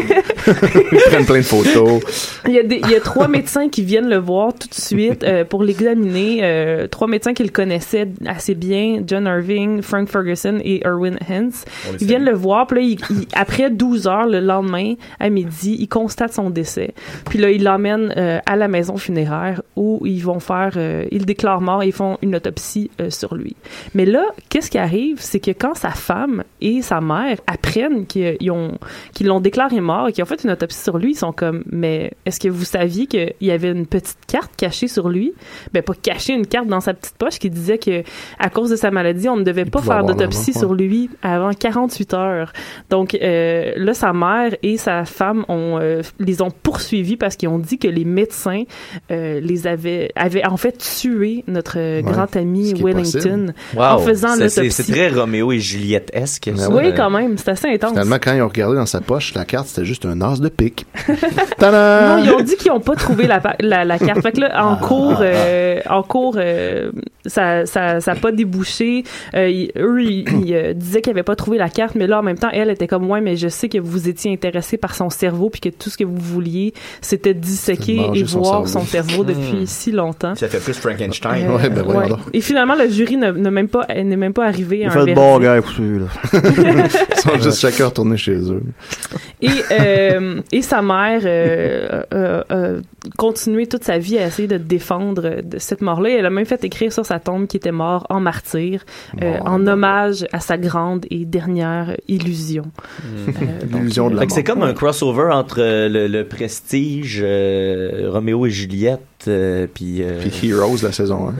S6: Ils prennent plein de photos.
S5: Il y, a des- il y a trois médecins qui viennent le voir tout de suite euh, pour l'examiner. euh, trois médecins qu'il connaissait assez bien, John Irving, Frank Ferguson et Erwin Hens.
S15: On les
S5: Ils viennent le voir, puis là, il- il- après 12 heures, le lendemain, à midi, ils constatent son décès. Puis là, ils l'emmènent euh, à la maison funéraire où ils vont faire... euh, ils le déclarent mort et ils font une autopsie euh, sur lui. Mais là, qu'est-ce qui arrive? C'est que quand sa femme et sa mère apprennent qu'ils ils ont- qu'ils l'ont déclaré mort et qu'ils ont fait une autopsie sur lui, ils sont comme Mais est-ce que vous saviez qu'il y avait une petite carte cachée sur lui? Ben, pas cachée, une carte dans sa petite poche qui disait que à cause de sa maladie, on ne devait pas
S15: pouvait
S5: faire
S15: avoir
S5: d'autopsie
S15: l'argent,
S5: sur
S15: ouais.
S5: lui avant 48 heures. Donc euh, là, sa mère et sa femme ont, euh, les ont poursuivis parce qu'ils ont dit que les médecins euh, les avaient, avaient en fait tué notre euh, grand ami
S8: qui est
S5: Wellington
S8: possible.
S5: en
S8: Wow.
S5: faisant
S8: Ça, c'est- C'est
S5: l'autopsie.
S8: très Roméo et Juliette-esque. ça. euh,
S5: Oui, quand même, c'est assez intense.
S6: Finalement, quand ils ont regardé dans sa poche, la carte, c'était juste un as de pique.
S5: Non,
S6: Tadam!
S5: ils
S11: Euh.
S5: ont dit qu'ils n'ont pas trouvé la, pa- la, la carte. Fait que là,
S11: Ah.
S5: en cours, euh, en cours euh, ça n'a ça, ça a pas débouché. Euh, ils- eux, ils, ils, euh, disaient qu'ils n'avaient pas trouvé la carte, mais là, en même temps, elle était comme, ouais, mais je sais que vous étiez intéressé par son cerveau, puis que tout ce que vous vouliez, c'était disséquer
S11: manger
S5: et
S11: son
S5: voir
S11: cerveau. ben
S5: son cerveau depuis
S11: Hmm.
S5: si longtemps.
S11: Ça fait plus Frankenstein.
S5: Euh,
S8: ben
S5: ouais. Et finalement, le jury n'a n'a même pas, n'est même pas arrivé à un verdict.
S6: gars, écoutez, là. Ils sont juste chacun retournés chez eux.
S5: Et, euh, et sa mère euh, euh, euh, continuait toute sa vie à essayer de défendre euh, de cette mort-là. Elle a même fait écrire sur sa tombe qu'il était mort en martyr, euh, en hommage à sa grande et dernière illusion.
S6: L'illusion de la
S8: Fait que c'est
S6: mort.
S8: comme un crossover entre euh, le, le prestige, euh, Roméo et Juliette, euh, puis... euh,
S6: Puis Heroes, la saison 1.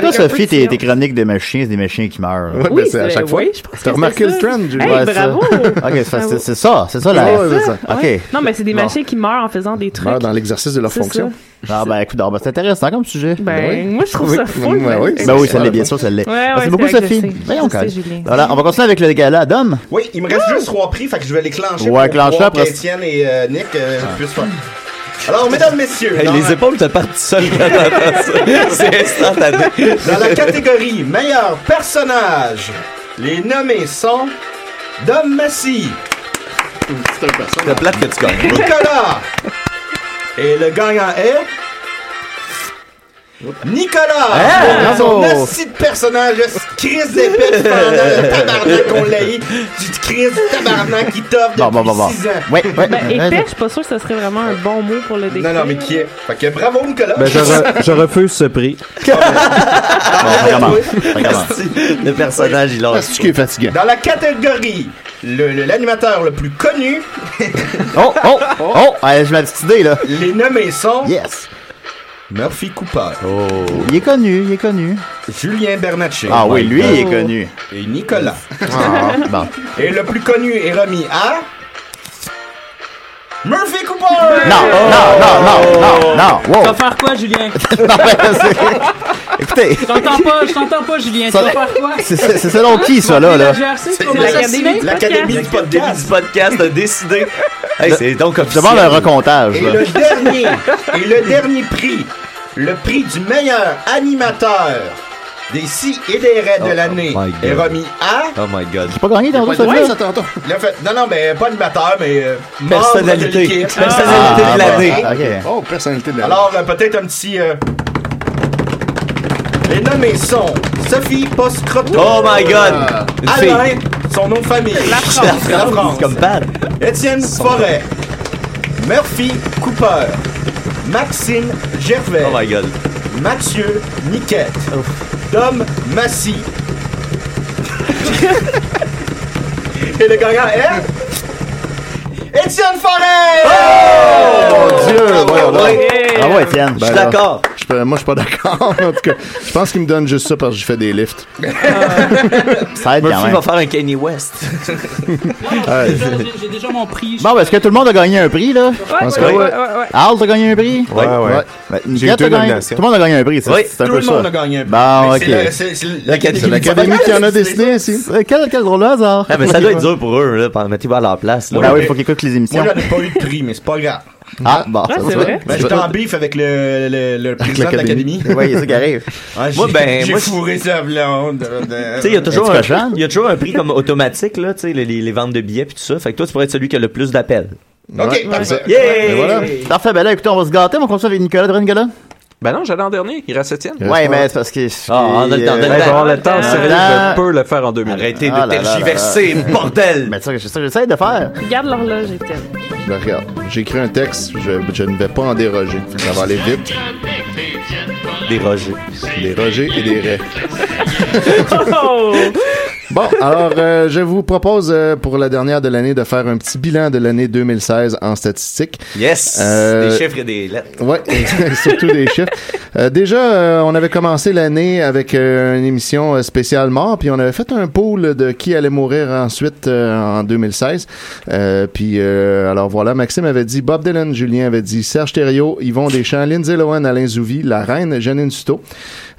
S4: Toi, Sophie, tes, tes chroniques des machins, c'est des machins qui meurent.
S6: Ouais,
S4: (laughs)
S6: ben, c'est à chaque fois. T'as remarqué le (laughs) trend, Julie?
S4: Ouais, c'est ça. (laughs) Ok, c'est- c'est c'est ça, c'est ça la.
S6: Ouais, ouais, c'est ça.
S4: Ok.
S5: Non, mais c'est des
S4: Bon.
S5: machins qui meurent en faisant des trucs.
S4: Meurent dans l'exercice
S5: de leur C'est fonction.
S4: Ah ben écoute, ah, ben, c'est intéressant comme sujet.
S5: Ben, moi, je trouve ça
S4: Oui.
S5: fou,
S4: Ben
S5: mais-
S4: oui, ben, oui ça l'est bien sûr, ça l'est.
S5: Ouais, ouais,
S4: Merci
S5: c'est
S4: beaucoup
S5: vrai que je
S4: Sophie.
S5: sais.
S4: Voyons,
S5: Je sais,
S4: quand-
S5: Julien.
S4: Voilà, on va continuer avec le gala. Dom?
S11: Oui, il me reste juste trois prix, fait que je vais les clencher
S4: Ouais, clenche-le,
S11: pour
S4: après-
S11: après... Étienne et euh, Nick euh, plus fort. Alors, mesdames, messieurs,
S8: Ah. Hey,
S11: dans
S8: les
S11: la-
S8: épaules te partent
S11: (laughs)
S8: seules quand t'entends ça. C'est instantané.
S11: Dans la catégorie meilleur personnage, les nommés sont Dom Massy,
S8: C'est plate que tu gagnes.
S11: Nicolas, et le gagnant est. Nicolas!
S8: Hey,
S11: Pour son
S8: bravo!
S11: esti de personnage, le Chris d'épée pendant le tabarnak qu'on l'a eu, du Chris tabarnak qui t'offre
S4: Bon,
S11: depuis
S4: bon, bon, bon.
S11: six ans.
S4: Ouais, ouais.
S5: Ben, épais, je suis pas sûre que ce serait vraiment un bon mot pour le décrire.
S11: Non, non, mais qui est. Fait que bravo, Nicolas!
S10: Ben, je, re- je refuse ce prix.
S8: Le personnage, il lâche.
S11: qui est fatigué. Dans la catégorie, le- le- l'animateur le, plus connu,
S4: Oh, oh, oh, allez, je mets la petite idée là.
S11: les nommés sont
S4: Yes.
S11: Murphy Cooper,
S4: Il est connu, il est connu.
S11: Julien Bernatchez.
S4: Ah oui, lui, il est connu.
S11: Et Nicolas.
S4: Ah, bon.
S11: Et le plus connu est remis à. Murphy Cooper!
S4: Non, non, non, non, non, non.
S3: Tu
S4: Wow.
S3: vas faire quoi, Julien?
S4: (laughs) Non, mais c'est- Écoutez.
S3: Je t'entends pas, je t'entends pas, Julien. Tu
S4: Ça-
S3: vas faire quoi?
S4: (laughs) C'est- c'est- c'est selon
S5: (laughs)
S4: qui, ça, là, là?
S3: C'est
S8: L'Académie du podcast. podcast a décidé. Hey, c'est donc
S4: Je demande un recontage.
S11: Et
S4: là.
S11: le dernier, et le dernier prix, le prix du meilleur animateur des si et des raies de l'année
S8: my God.
S11: est remis à.
S8: Oh my god.
S4: pas gagné
S8: tantôt, ça, là.
S11: Il a fait- Non, non, mais pas animateur, mais. euh, membre de
S8: Personnalité.
S11: l'équipe.
S4: Ah,
S11: Ah.
S8: Personnalité de l'année.
S4: ok.
S11: Oh, personnalité de l'année. Alors, euh, peut-être un petit. euh, Les nommés sont Sophie Poscroto.
S8: Oh my God. Une fille.
S11: Alain, son nom de famille. La France.
S8: La France, comme bad.
S11: Étienne Forêt. Murphy Cooper. Maxime Gervais.
S8: Oh my god.
S11: Mathieu Niquette. Dom Massy. Et le gagnant est. Étienne Forêt!
S4: Dieu, ouais, ouais.
S8: Oh,
S11: ouais.
S4: Bravo, Étienne.
S8: Je suis d'accord.
S4: Je
S6: pas- moi, je suis pas (laughs) d'accord. En tout cas, je pense qu'il me donne juste ça parce que j'ai fait des lifts.
S4: Ça aide
S8: Murphy va faire un Kanye West.
S3: J'ai déjà mon prix.
S4: Bon, ben, est-ce que tout le monde a gagné un prix, là? Je pense que
S3: ouais,
S4: oui.
S3: ouais, ouais, ouais.
S4: Al, t'as gagné un prix?
S11: Ouais, ouais.
S4: Ben,
S11: J'ai
S4: Nicolas,
S11: eu deux
S4: t'as gagné-
S11: nominations.
S4: Tout le monde a gagné un prix, c'est
S11: Oui,
S4: c'est un
S11: tout
S4: peu
S11: le
S4: ça.
S11: monde a gagné un prix.
S4: Bon,
S8: Bah,
S11: Mais
S4: ok.
S11: c'est la- c'est- c'est l'Académie
S4: C'est
S11: qui en a
S4: décidé. c'est- Quel quel drôle de hasard.
S8: Ah, mais ça doit être dur pour eux, là. Mettez-vous à leur place. Là.
S4: Ben oui, faut qu'ils écoutent les émissions.
S11: Moi, j'en ai pas eu de prix, mais c'est
S8: (laughs)
S11: pas grave.
S4: Ah, bon, Ouais, ça c'est va. vrai.
S11: Ben, j'étais en bif avec le, le, le président de
S4: l'académie.
S11: l'académie.
S8: (laughs)
S4: Ouais, il y a ça qui arrive.
S11: Ouais,
S8: Moi,
S11: j'ai-
S8: ben,
S11: j'ai
S8: moi,
S11: fourré sa blonde.
S8: Tu sais, il y a toujours un, il y a toujours un prix comme automatique, là, tu sais, les, les ventes de billets puis tout ça. Fait que toi, tu pourrais être celui qui a le plus d'appels.
S11: Ok,
S8: Ouais.
S11: parfait.
S8: Yeah!
S11: Ben voilà.
S4: Parfait, ben là, écoutez, on va se gâter, mais on continue avec Nicolas. Devrais Nicolas?
S10: Ben non, j'allais en dernier. Il reste septième.
S4: Ouais, mais c'est parce que.
S10: Ah,
S11: euh,
S10: on a le temps, on a le temps. On a le temps, sérieux, je peux
S4: le faire en deux minutes.
S10: Arrêtez
S8: de
S11: Ah
S8: tergiverser,
S11: (laughs)
S4: bordel! Mais c'est Ben, ça que- c'est ça que j'essaie de faire.
S5: Regarde l'horloge, Étienne.
S6: Ben, regarde, j'ai écrit un texte, je, je ne vais pas en déroger. Ça va aller vite.
S8: Déroger.
S6: Déroger et des raies.
S5: Oh!
S6: Bon, alors, euh, je vous propose euh, pour la dernière de l'année de faire un petit bilan de l'année 2016 en statistiques.
S8: Yes!
S6: Euh,
S8: Des chiffres et des lettres.
S6: Ouais, (laughs) surtout des chiffres. Euh, déjà, euh, on avait commencé l'année avec euh, une émission euh, spéciale mort, puis on avait fait un pool de qui allait mourir ensuite euh, en 2016. Euh, puis euh, alors voilà, Maxime avait dit Bob Dylan, Julien avait dit Serge Thériault, Yvon Deschamps, Lindsay Lohan, Alain Zouvi, la reine Janine Suto.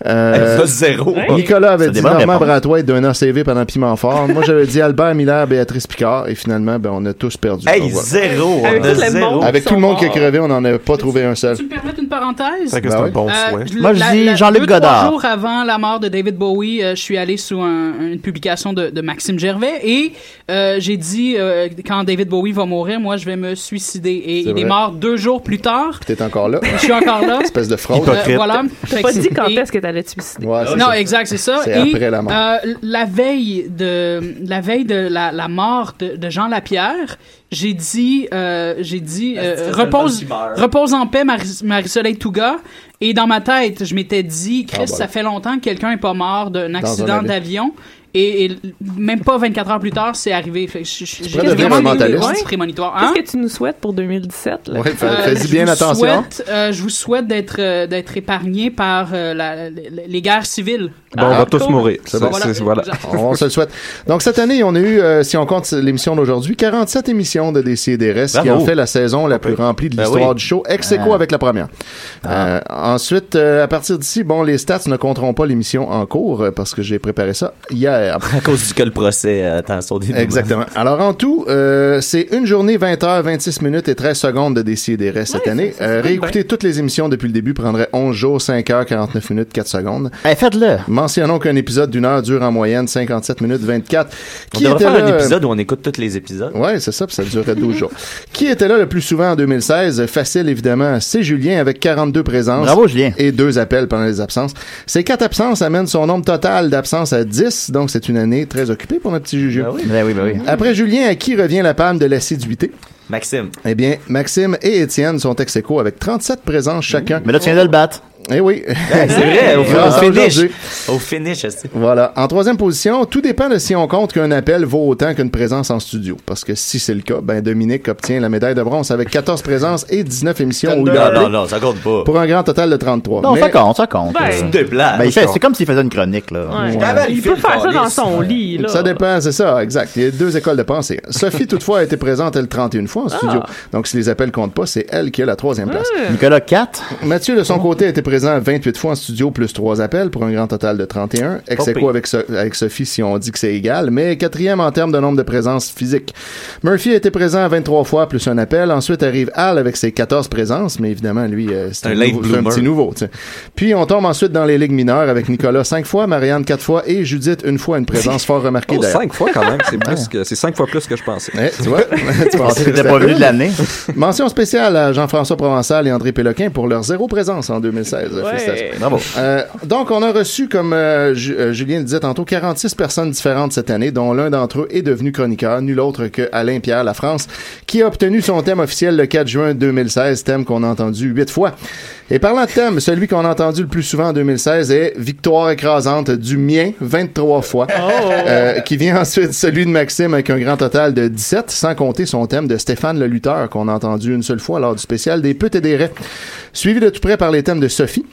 S6: Euh,
S8: Eh, Ça, zéro.
S6: Nicolas avait
S8: C'est des
S6: dit
S8: bonnes
S6: Normand
S8: réponses.
S6: Bratois d'un ACV pendant Piment Fort. Moi, j'avais dit Albert Miller, Béatrice Picard, et finalement, ben, on a tous perdu.
S8: Hey,
S6: Donc, voilà.
S8: zéro.
S3: Avec Ah,
S8: on a
S3: tout le monde.
S8: zéro.
S6: Avec
S3: Ils
S6: tout le
S3: sont
S6: monde qui a
S3: morts.
S6: crevé, on n'en a pas trouvé un seul.
S3: Tu me permets une parenthèse?
S6: C'est que c'est
S11: Ben
S6: un bon souhait.
S3: je-
S6: Moi, je dis Jean-Luc
S3: deux, trois
S6: Godard.
S3: jours avant la mort de David Bowie, euh, je suis allé sous un- une publication de, de Maxime Gervais et euh, j'ai dit euh, quand David Bowie va mourir, moi je vais me suicider. Et il
S6: C'est
S3: est
S6: vrai.
S3: mort deux jours plus tard.
S6: T'es encore là.
S3: Je suis encore là.
S6: Espèce de fraude.
S3: Euh, voilà.
S5: T'as pas dit quand est-ce que t'allais te suicider.
S6: Ouais, c'est
S3: non,
S6: ça.
S3: exact, c'est ça.
S6: C'est
S3: Et,
S6: après la mort.
S3: euh, la veille de la veille de la, la mort de, de Jean Lapierre, j'ai dit euh, j'ai dit euh,
S8: c'est le
S3: repose
S8: seul qui meurt.
S3: repose en paix Marie- Marie-Soleil Touga et dans ma tête, je m'étais dit Chris,
S8: Ah,
S6: bah.
S8: voilà.
S3: ça fait longtemps que quelqu'un est pas mort d'un accident
S8: avion.
S3: d'avion. Et, et même pas 24 heures plus tard, c'est arrivé. Fait que je- je- J'ai
S6: pourrais devenir
S3: vraiment
S6: un
S3: des- des
S6: mentaliste.
S3: petits prémonitoires. Hein?
S5: Qu'est-ce que tu nous souhaites pour 2017? Là?
S6: Ouais, fais-
S3: Euh, je
S6: fais-y bien
S3: vous
S6: attention.
S3: souhaite, euh, je vous souhaite d'être euh, d'être épargné par euh, la- la- les guerres civiles. Ah,
S6: Bon, on va tous
S3: cool.
S6: mourir. C'est bon, c'est- voilà. On se le souhaite. Donc, cette année, on a eu, euh, si on compte l'émission d'aujourd'hui, 47 émissions de DCDRS, ce qui
S8: Bravo.
S6: en fait la saison la plus remplie de
S8: Ben
S6: l'histoire
S8: oui.
S6: du show, ex aequo
S8: Ah.
S6: avec la première. Euh, ensuite, euh, à partir d'ici, bon, les stats ne compteront pas l'émission en cours euh, parce que j'ai préparé ça hier.
S3: Euh,
S8: À cause du que le procès euh, attend son dénouement.
S6: Exactement. Alors, en tout, euh, c'est une journée, 20 heures, 26 minutes et 13 secondes de DCDR cette année. Euh, réécouter toutes les émissions depuis le début prendrait 11 jours, 5 heures, 49 minutes, 4 secondes.
S4: faites-le!
S6: Mentionnons qu'un épisode d'une heure dure en moyenne 57 minutes 24.
S8: On
S6: Qui
S8: devrait
S6: était
S8: faire
S6: là,
S8: un
S6: euh,
S8: épisode où on écoute tous les épisodes.
S6: Ouais, c'est ça, puis ça durait 12
S8: (laughs)
S6: jours. Qui était là le plus souvent en 2016? Facile, évidemment, c'est Julien avec 42 présences.
S4: Bravo, Julien.
S6: Et deux appels pendant les absences. Ces quatre absences amènent son nombre total d'absences à 10, donc c'est une année très occupée pour notre petit Juju.
S4: Ben oui, ben oui.
S6: Après Julien, à qui revient la palme de l'assiduité?
S8: Maxime.
S6: Eh bien, Maxime et Étienne sont ex aequo avec 37 présences chacun.
S4: Mais là, tu viens de le battre.
S8: Mmh.
S6: Eh oui.
S8: Hey, (laughs) c'est vrai, au,
S6: Grâce
S8: au
S6: à
S8: finish.
S6: aujourd'hui.
S8: Au finish, est-ce que-
S6: Voilà. En troisième position, tout dépend de si on compte qu'un appel vaut autant qu'une présence en studio. Parce que si c'est le cas, ben Dominique obtient la médaille de bronze avec 14 présences et 19 émissions où il a
S8: Non, non,
S6: appelé
S8: non, ça compte pas.
S6: pour un grand total de 33.
S4: Non,
S6: Mais-
S4: ça compte, ça compte.
S6: Ben,
S4: là.
S6: tu te
S8: déplaces.
S4: Ben, il fait- c'est comme s'il faisait une chronique, là.
S6: Ouais. Ouais.
S5: Il peut faire ça dans son lit, là.
S6: Ça dépend, c'est ça, exact. Il y a deux écoles de pensée. Sophie, toutefois, a été présente, elle, 31 fois en studio. Donc, si les appels comptent pas, c'est elle qui a la troisième place.
S4: Nicolas, 4.
S6: Mathieu, de son côté, a été présent 28 fois en studio, plus trois appels, pour un grand total de 31. Ex
S4: pire.
S6: aequo avec, So- avec Sophie, si on dit que c'est égal, mais quatrième en termes de nombre de présences physiques. Murphy a été présent 23 fois, plus un appel. Ensuite arrive Al avec ses 14 présences, mais évidemment, lui, euh, c'est
S8: Un
S6: un,
S8: late
S6: nouveau- c'est un
S8: bloomer.
S6: petit nouveau. tu sais. Puis, on tombe ensuite dans les ligues mineures avec Nicolas 5 fois, Marianne 4 fois et Judith une fois, une présence fort remarquée
S10: (laughs) Oh,
S6: d'ailleurs.
S10: cinq fois quand même,
S6: (laughs)
S10: c'est plus que, c'est cinq fois plus que je pensais.
S6: tu vois, (laughs) tu pensais que
S10: T'étais
S6: ça
S10: pas venu
S6: coule.
S10: de l'année.
S6: Mention spéciale à Jean-François Provençal et André Péloquin pour leur zéro présence en 2016.
S10: Ouais.
S6: Félicitations.
S10: Bravo.
S6: Euh, donc, on a reçu, comme euh, Ju- euh, Julien le disait tantôt, 46 personnes différentes cette année, dont l'un d'entre eux est devenu chroniqueur, nul autre que Alain Pierre La France, qui a obtenu son thème officiel le 4 juin 2016, thème qu'on a entendu huit fois. Et parlant de thème, celui qu'on a entendu le plus souvent en 2016 est Victoire écrasante du mien, 23 fois, Euh, qui vient ensuite celui de Maxime avec un grand total de 17, sans compter son thème de Stéphane le Lutteur, qu'on a entendu une seule fois lors du spécial des putes et des raies, suivi de tout près par les thèmes de Sophie,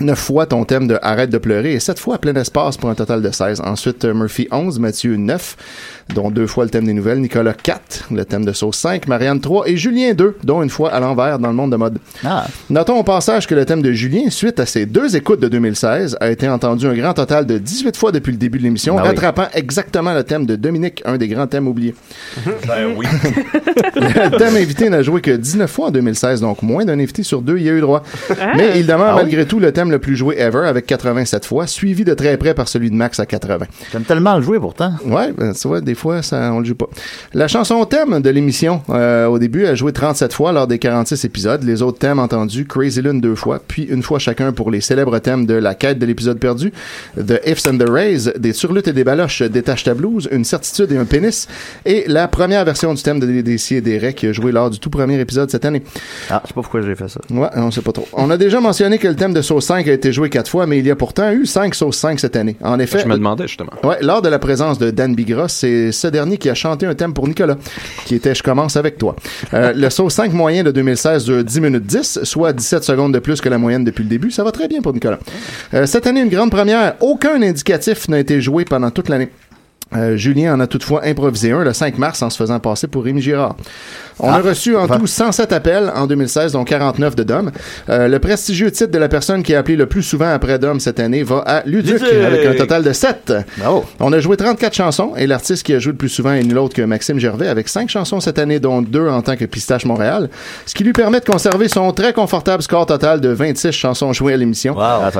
S6: neuf fois ton thème de Arrête de pleurer et sept fois à plein espace pour un total de 16. Ensuite, euh, Murphy 11, Mathieu 9, dont deux fois le thème des nouvelles, Nicolas 4, le thème de Sauce 5, Marianne 3 et Julien 2, dont une fois à l'envers dans le monde de mode.
S4: Ah,
S6: Notons au passage que le thème de Julien, suite à ses deux écoutes de 2016, a été entendu un grand total de 18 fois depuis le début de l'émission,
S11: Ben oui.
S6: rattrapant exactement le thème de Dominique, un des grands thèmes oubliés.
S11: Ben oui.
S6: (laughs) Le thème invité n'a joué que 19 fois en 2016, donc moins d'un invité sur deux y a eu droit. Mais il demeure
S4: Ah oui?
S6: malgré tout le thème le plus joué ever avec 87 fois, suivi de très près par celui de Max à 80.
S4: J'aime tellement le jouer pourtant.
S6: Ouais, ben, tu vois, des fois, ça, on le joue pas. La chanson thème de l'émission, euh, au début, a joué 37 fois lors des 46 épisodes. Les autres thèmes entendus, Crazy Lune deux fois, puis une fois chacun pour les célèbres thèmes de La quête de l'épisode perdu, The Ifs and the Rays, Des surlutes et des baloches, Des taches ta blouse, Une certitude et un pénis, et la première version du thème de Des- Des Si et des Ré qui a joué lors du tout premier épisode cette année.
S4: Ah, je sais pas pourquoi j'ai fait ça.
S6: Ouais, on sait pas trop. On a déjà mentionné que le thème de Sauce 5 a été joué quatre fois, mais il y a pourtant eu cinq Sauce 5 cette année. En effet.
S10: Je me demandais justement.
S6: Ouais, lors de la présence de Dan Bigra, c'est ce dernier qui a chanté un thème pour Nicolas, qui était Je commence avec toi. (laughs) Euh, le saut 5 moyen de 2016 dure 10 minutes 10, soit 17 secondes de plus que la moyenne depuis le début. Ça va très bien pour Nicolas. Euh, cette année, une grande première. Aucun indicatif n'a été joué pendant toute l'année. Euh, Julien en a toutefois improvisé un le 5 mars en se faisant passer pour Rémi Girard. On a reçu en tout 107 appels en 2016, dont 49 de Dom. Euh, le prestigieux titre de la personne qui a appelé le plus souvent après Dom cette année va à Luduc,
S4: Luduc!
S6: avec un total de 7. On a joué 34 chansons et l'artiste qui a joué le plus souvent est nul autre que Maxime Gervais avec 5 chansons cette année, dont 2 en tant que Pistache Montréal, ce qui lui permet de conserver son très confortable score total de 26 chansons jouées à l'émission.
S4: Ah,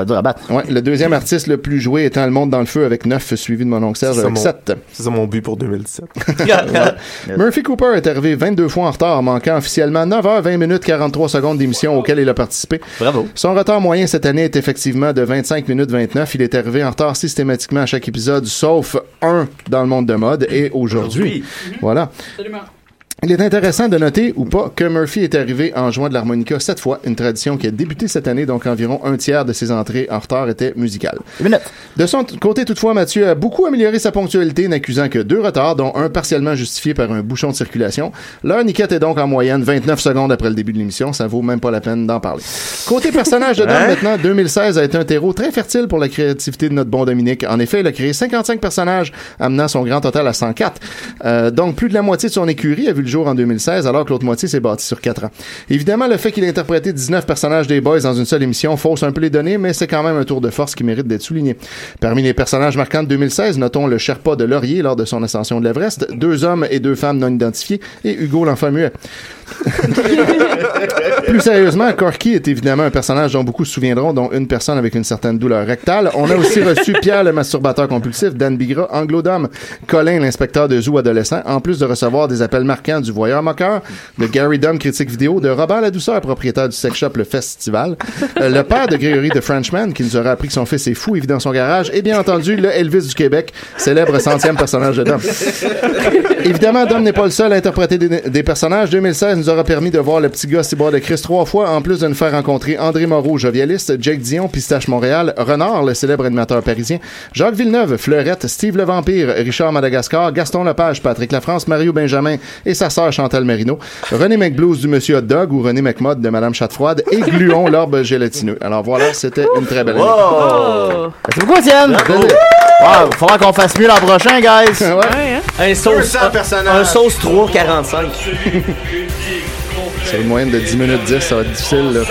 S6: Ouais, le deuxième artiste le plus joué étant Le Monde dans le Feu avec 9, suivi de mon oncle Serge
S7: C'est ça
S6: avec
S7: mon-
S6: 7.
S7: C'est ça mon but pour
S8: (laughs)
S7: 2017.
S6: Ouais. Murphy Cooper est arrivé 22 fois en retard, manquant officiellement 9h20 minutes 43 secondes d'émission auquel il a participé.
S8: Bravo.
S6: Son retard moyen cette année est effectivement de 25 minutes 29. Il est arrivé en retard systématiquement à chaque épisode, sauf un dans le monde de mode et aujourd'hui. Mhm. Voilà. Il est intéressant de noter ou pas que Murphy est arrivé en jouant de l'harmonica cette fois, une tradition qui a débuté cette année, donc environ un tiers de ses entrées en retard étaient musicales. De son t- côté, toutefois, Mathieu a beaucoup amélioré sa ponctualité, n'accusant que deux retards, dont un partiellement justifié par un bouchon de circulation. Leur niquette est donc en moyenne 29 secondes après le début de l'émission, ça vaut même pas la peine d'en parler. Côté personnage de Dom,
S9: Hein?
S6: maintenant, 2016 a été un terreau très fertile pour la créativité de notre bon Dominique. En effet, il a créé 55 personnages, amenant son grand total à 104. Euh, donc, plus de la moitié de son écurie a vu le jour en 2016, alors que l'autre moitié s'est bâtie sur 4 ans. Évidemment, le fait qu'il ait interprété 19 personnages des Boys dans une seule émission fausse un peu les données, mais c'est quand même un tour de force qui mérite d'être souligné. Parmi les personnages marquants de 2016, notons le Sherpa de Laurier lors de son ascension de l'Everest, deux hommes et deux femmes non identifiés, et Hugo l'enfant muet. Plus sérieusement, Corky est évidemment un personnage dont beaucoup se souviendront, dont une personne avec une certaine douleur rectale. On a aussi reçu Pierre le masturbateur compulsif, Dan Bigra, Anglo-Dame, Colin l'inspecteur de zoo adolescent, en plus de recevoir des appels marquants du voyeur moqueur, de Gary Dunn critique vidéo, de Robert La Douceur, propriétaire du sex shop Le Festival, euh, le père de Grégory de Frenchman, qui nous aura appris que son fils est fou, vit dans son garage, et bien entendu le Elvis du Québec, célèbre centième personnage de Dom. Évidemment, Dom n'est pas le seul à interpréter des, des personnages. 2016 nous aura permis de voir le petit gars Cyborg de Chris trois fois, en plus de nous faire rencontrer André Moreau, jovialiste, Jake Dion, Pistache Montréal, Renard, le célèbre animateur parisien, Jacques Villeneuve, Fleurette, Steve le Vampire, Richard Madagascar, Gaston Lepage, Patrick Lafrance, Mario Benjamin et sa sœur Chantal Marino, René McBlues du Monsieur Hot Dog ou René McMod de Madame Chatte-Froide et Gluon, (laughs) l'orbe gélatineux. Alors voilà, c'était une très belle année.
S4: Wow! Merci beaucoup, Étienne! Wow, faudra qu'on fasse mieux l'an prochain, guys!
S8: Un sauce,
S11: 200
S8: un, un sauce 3,45.
S6: C'est une moyenne de 10 minutes 10, ça va être difficile. là.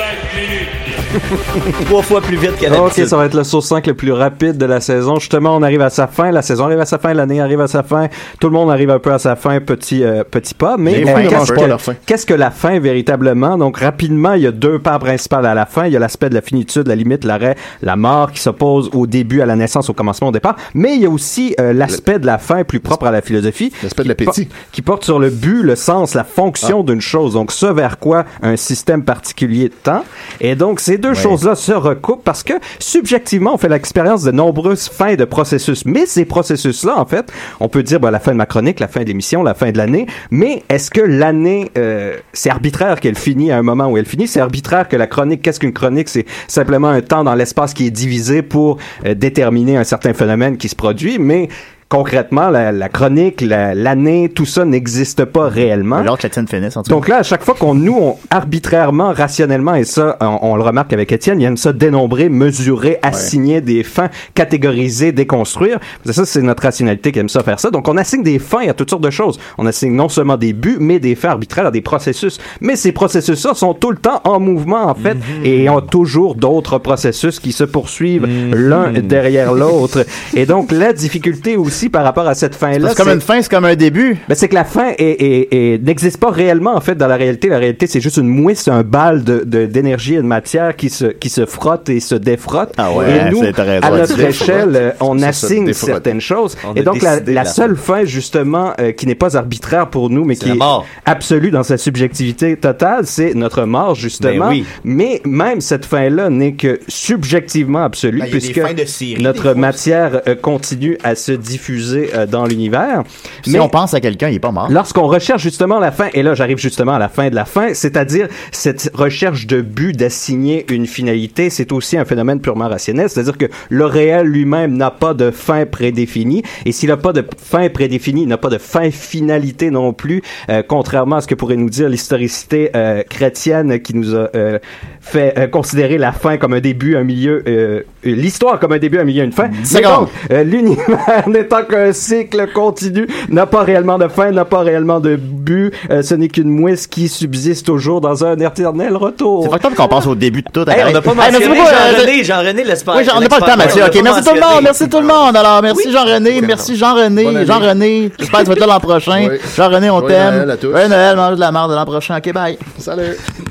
S8: Trois fois plus vite qu'à
S10: Ok,
S8: d'habitude.
S10: ça va être le sauce 5 le plus rapide de la saison. Justement, on arrive à sa fin. La saison arrive à sa fin. L'année arrive à sa fin. Tout le monde arrive un peu à sa fin. Petit, euh, petit pas. Mais
S6: Les fins ne
S10: qu'est-ce
S6: mangent pas
S10: que-
S6: à leur fin.
S10: qu'est-ce que la fin véritablement? Donc, rapidement, il y a deux parts principales à la fin. Il y a l'aspect de la finitude, la limite, l'arrêt, la mort qui s'oppose au début, à la naissance, au commencement, au départ. Mais il y a aussi euh, l'aspect de la fin plus propre à la philosophie. L'aspect de l'appétit. qui porte sur le but, le sens, la
S4: Ah.
S10: fonction d'une chose. Donc, ce vers quoi un système particulier tend. Et donc, ces deux choses-là se recoupent parce que, subjectivement, on fait l'expérience de nombreuses fins de processus. Mais ces processus-là, en fait, on peut dire, bah, la fin de ma chronique, la fin de l'émission, la fin de l'année. Mais est-ce que l'année, euh, c'est arbitraire qu'elle finit à un moment où elle finit? C'est arbitraire que la chronique, qu'est-ce qu'une chronique? C'est simplement un temps dans l'espace qui est divisé pour euh, déterminer un certain phénomène qui se produit. Mais concrètement, la, la chronique, la- l'année, tout ça n'existe pas réellement.
S4: Genre que la tienne finisse, en tout cas.
S10: Donc là, à chaque fois qu'on nous, on, arbitrairement, rationnellement, et ça, on, on le remarque avec Étienne, il aime ça dénombrer, mesurer, assigner des fins, catégoriser, déconstruire. Parce que Ça, c'est notre rationalité qui aime ça faire ça. Donc on assigne des fins à toutes sortes de choses. On assigne non seulement des buts, mais des fins arbitraires à des processus. Mais ces processus-là sont tout le temps en mouvement, en fait,
S4: Mhm.
S10: et ont toujours d'autres processus qui se poursuivent
S4: Mhm.
S10: l'un derrière l'autre. et donc la difficulté aussi par rapport à cette fin-là,
S4: C'est comme une fin, c'est comme un début.
S10: ben, c'est que la fin est- est- est- n'existe pas réellement, en fait, dans la réalité. La réalité, c'est juste une mouisse, un bal de- de- d'énergie et de matière qui se, qui se frotte et se défrotte.
S4: Ah ouais,
S10: et nous,
S4: c'est- t'as raison,
S10: à
S4: tu
S10: notre
S4: défrottes.
S10: échelle, euh, on
S4: Ça se
S10: assigne
S4: défrotte.
S10: certaines choses.
S4: On
S10: et
S4: a
S10: donc, la,
S4: décidé
S10: la
S4: la
S10: seule fin, justement, euh, qui n'est pas arbitraire pour nous, mais qui
S4: la
S10: est
S4: mort.
S10: absolue dans sa subjectivité totale, c'est notre mort, justement.
S4: Ben oui.
S10: Mais même cette fin-là n'est que subjectivement absolue,
S11: Ben, il y a des
S10: puisque
S11: fins de série, des
S10: notre
S11: fois,
S10: matière euh, continue à se diffuser euh, dans l'univers.
S4: Si on pense à quelqu'un, il est pas mort.
S10: Lorsqu'on recherche justement la fin, et là j'arrive justement à la fin de la fin, c'est-à-dire cette recherche de but d'assigner une finalité, c'est aussi un phénomène purement rationnel, c'est-à-dire que le réel lui-même n'a pas de fin prédéfinie, et s'il n'a pas de fin prédéfinie, il n'a pas de fin finalité non plus, euh, contrairement à ce que pourrait nous dire l'historicité euh, chrétienne qui nous a euh, fait euh, considérer la fin comme un début, un milieu, euh, euh, l'histoire comme un début, un milieu, une fin. Mais
S4: secondes.
S10: donc, euh, L'univers (laughs) n'étant qu'un cycle continu, n'a pas réellement de fin, n'a pas réellement de but. Euh, ce n'est qu'une mouisse qui subsiste toujours dans un éternel retour. C'est
S4: factable qu'on pense au début de tout.
S10: Hey,
S8: on n'a pas
S4: Hey, merci
S8: mentionné
S4: beaucoup, euh,
S8: Jean-René, Jean-René l'espace.
S4: Oui, j'en ai pas le temps, Mathieu. Ok, merci tout le monde, merci tout le monde. Alors, merci Jean-René, merci Jean-René,
S8: année.
S4: Jean-René. J'espère que tu vas être là l'an prochain.
S8: Oui.
S4: Jean-René, on
S8: Joyeux
S4: t'aime.
S8: Noël à tous.
S4: Ouais, Noël, mange de la merde de l'an prochain. Ok, bye.
S6: Salut.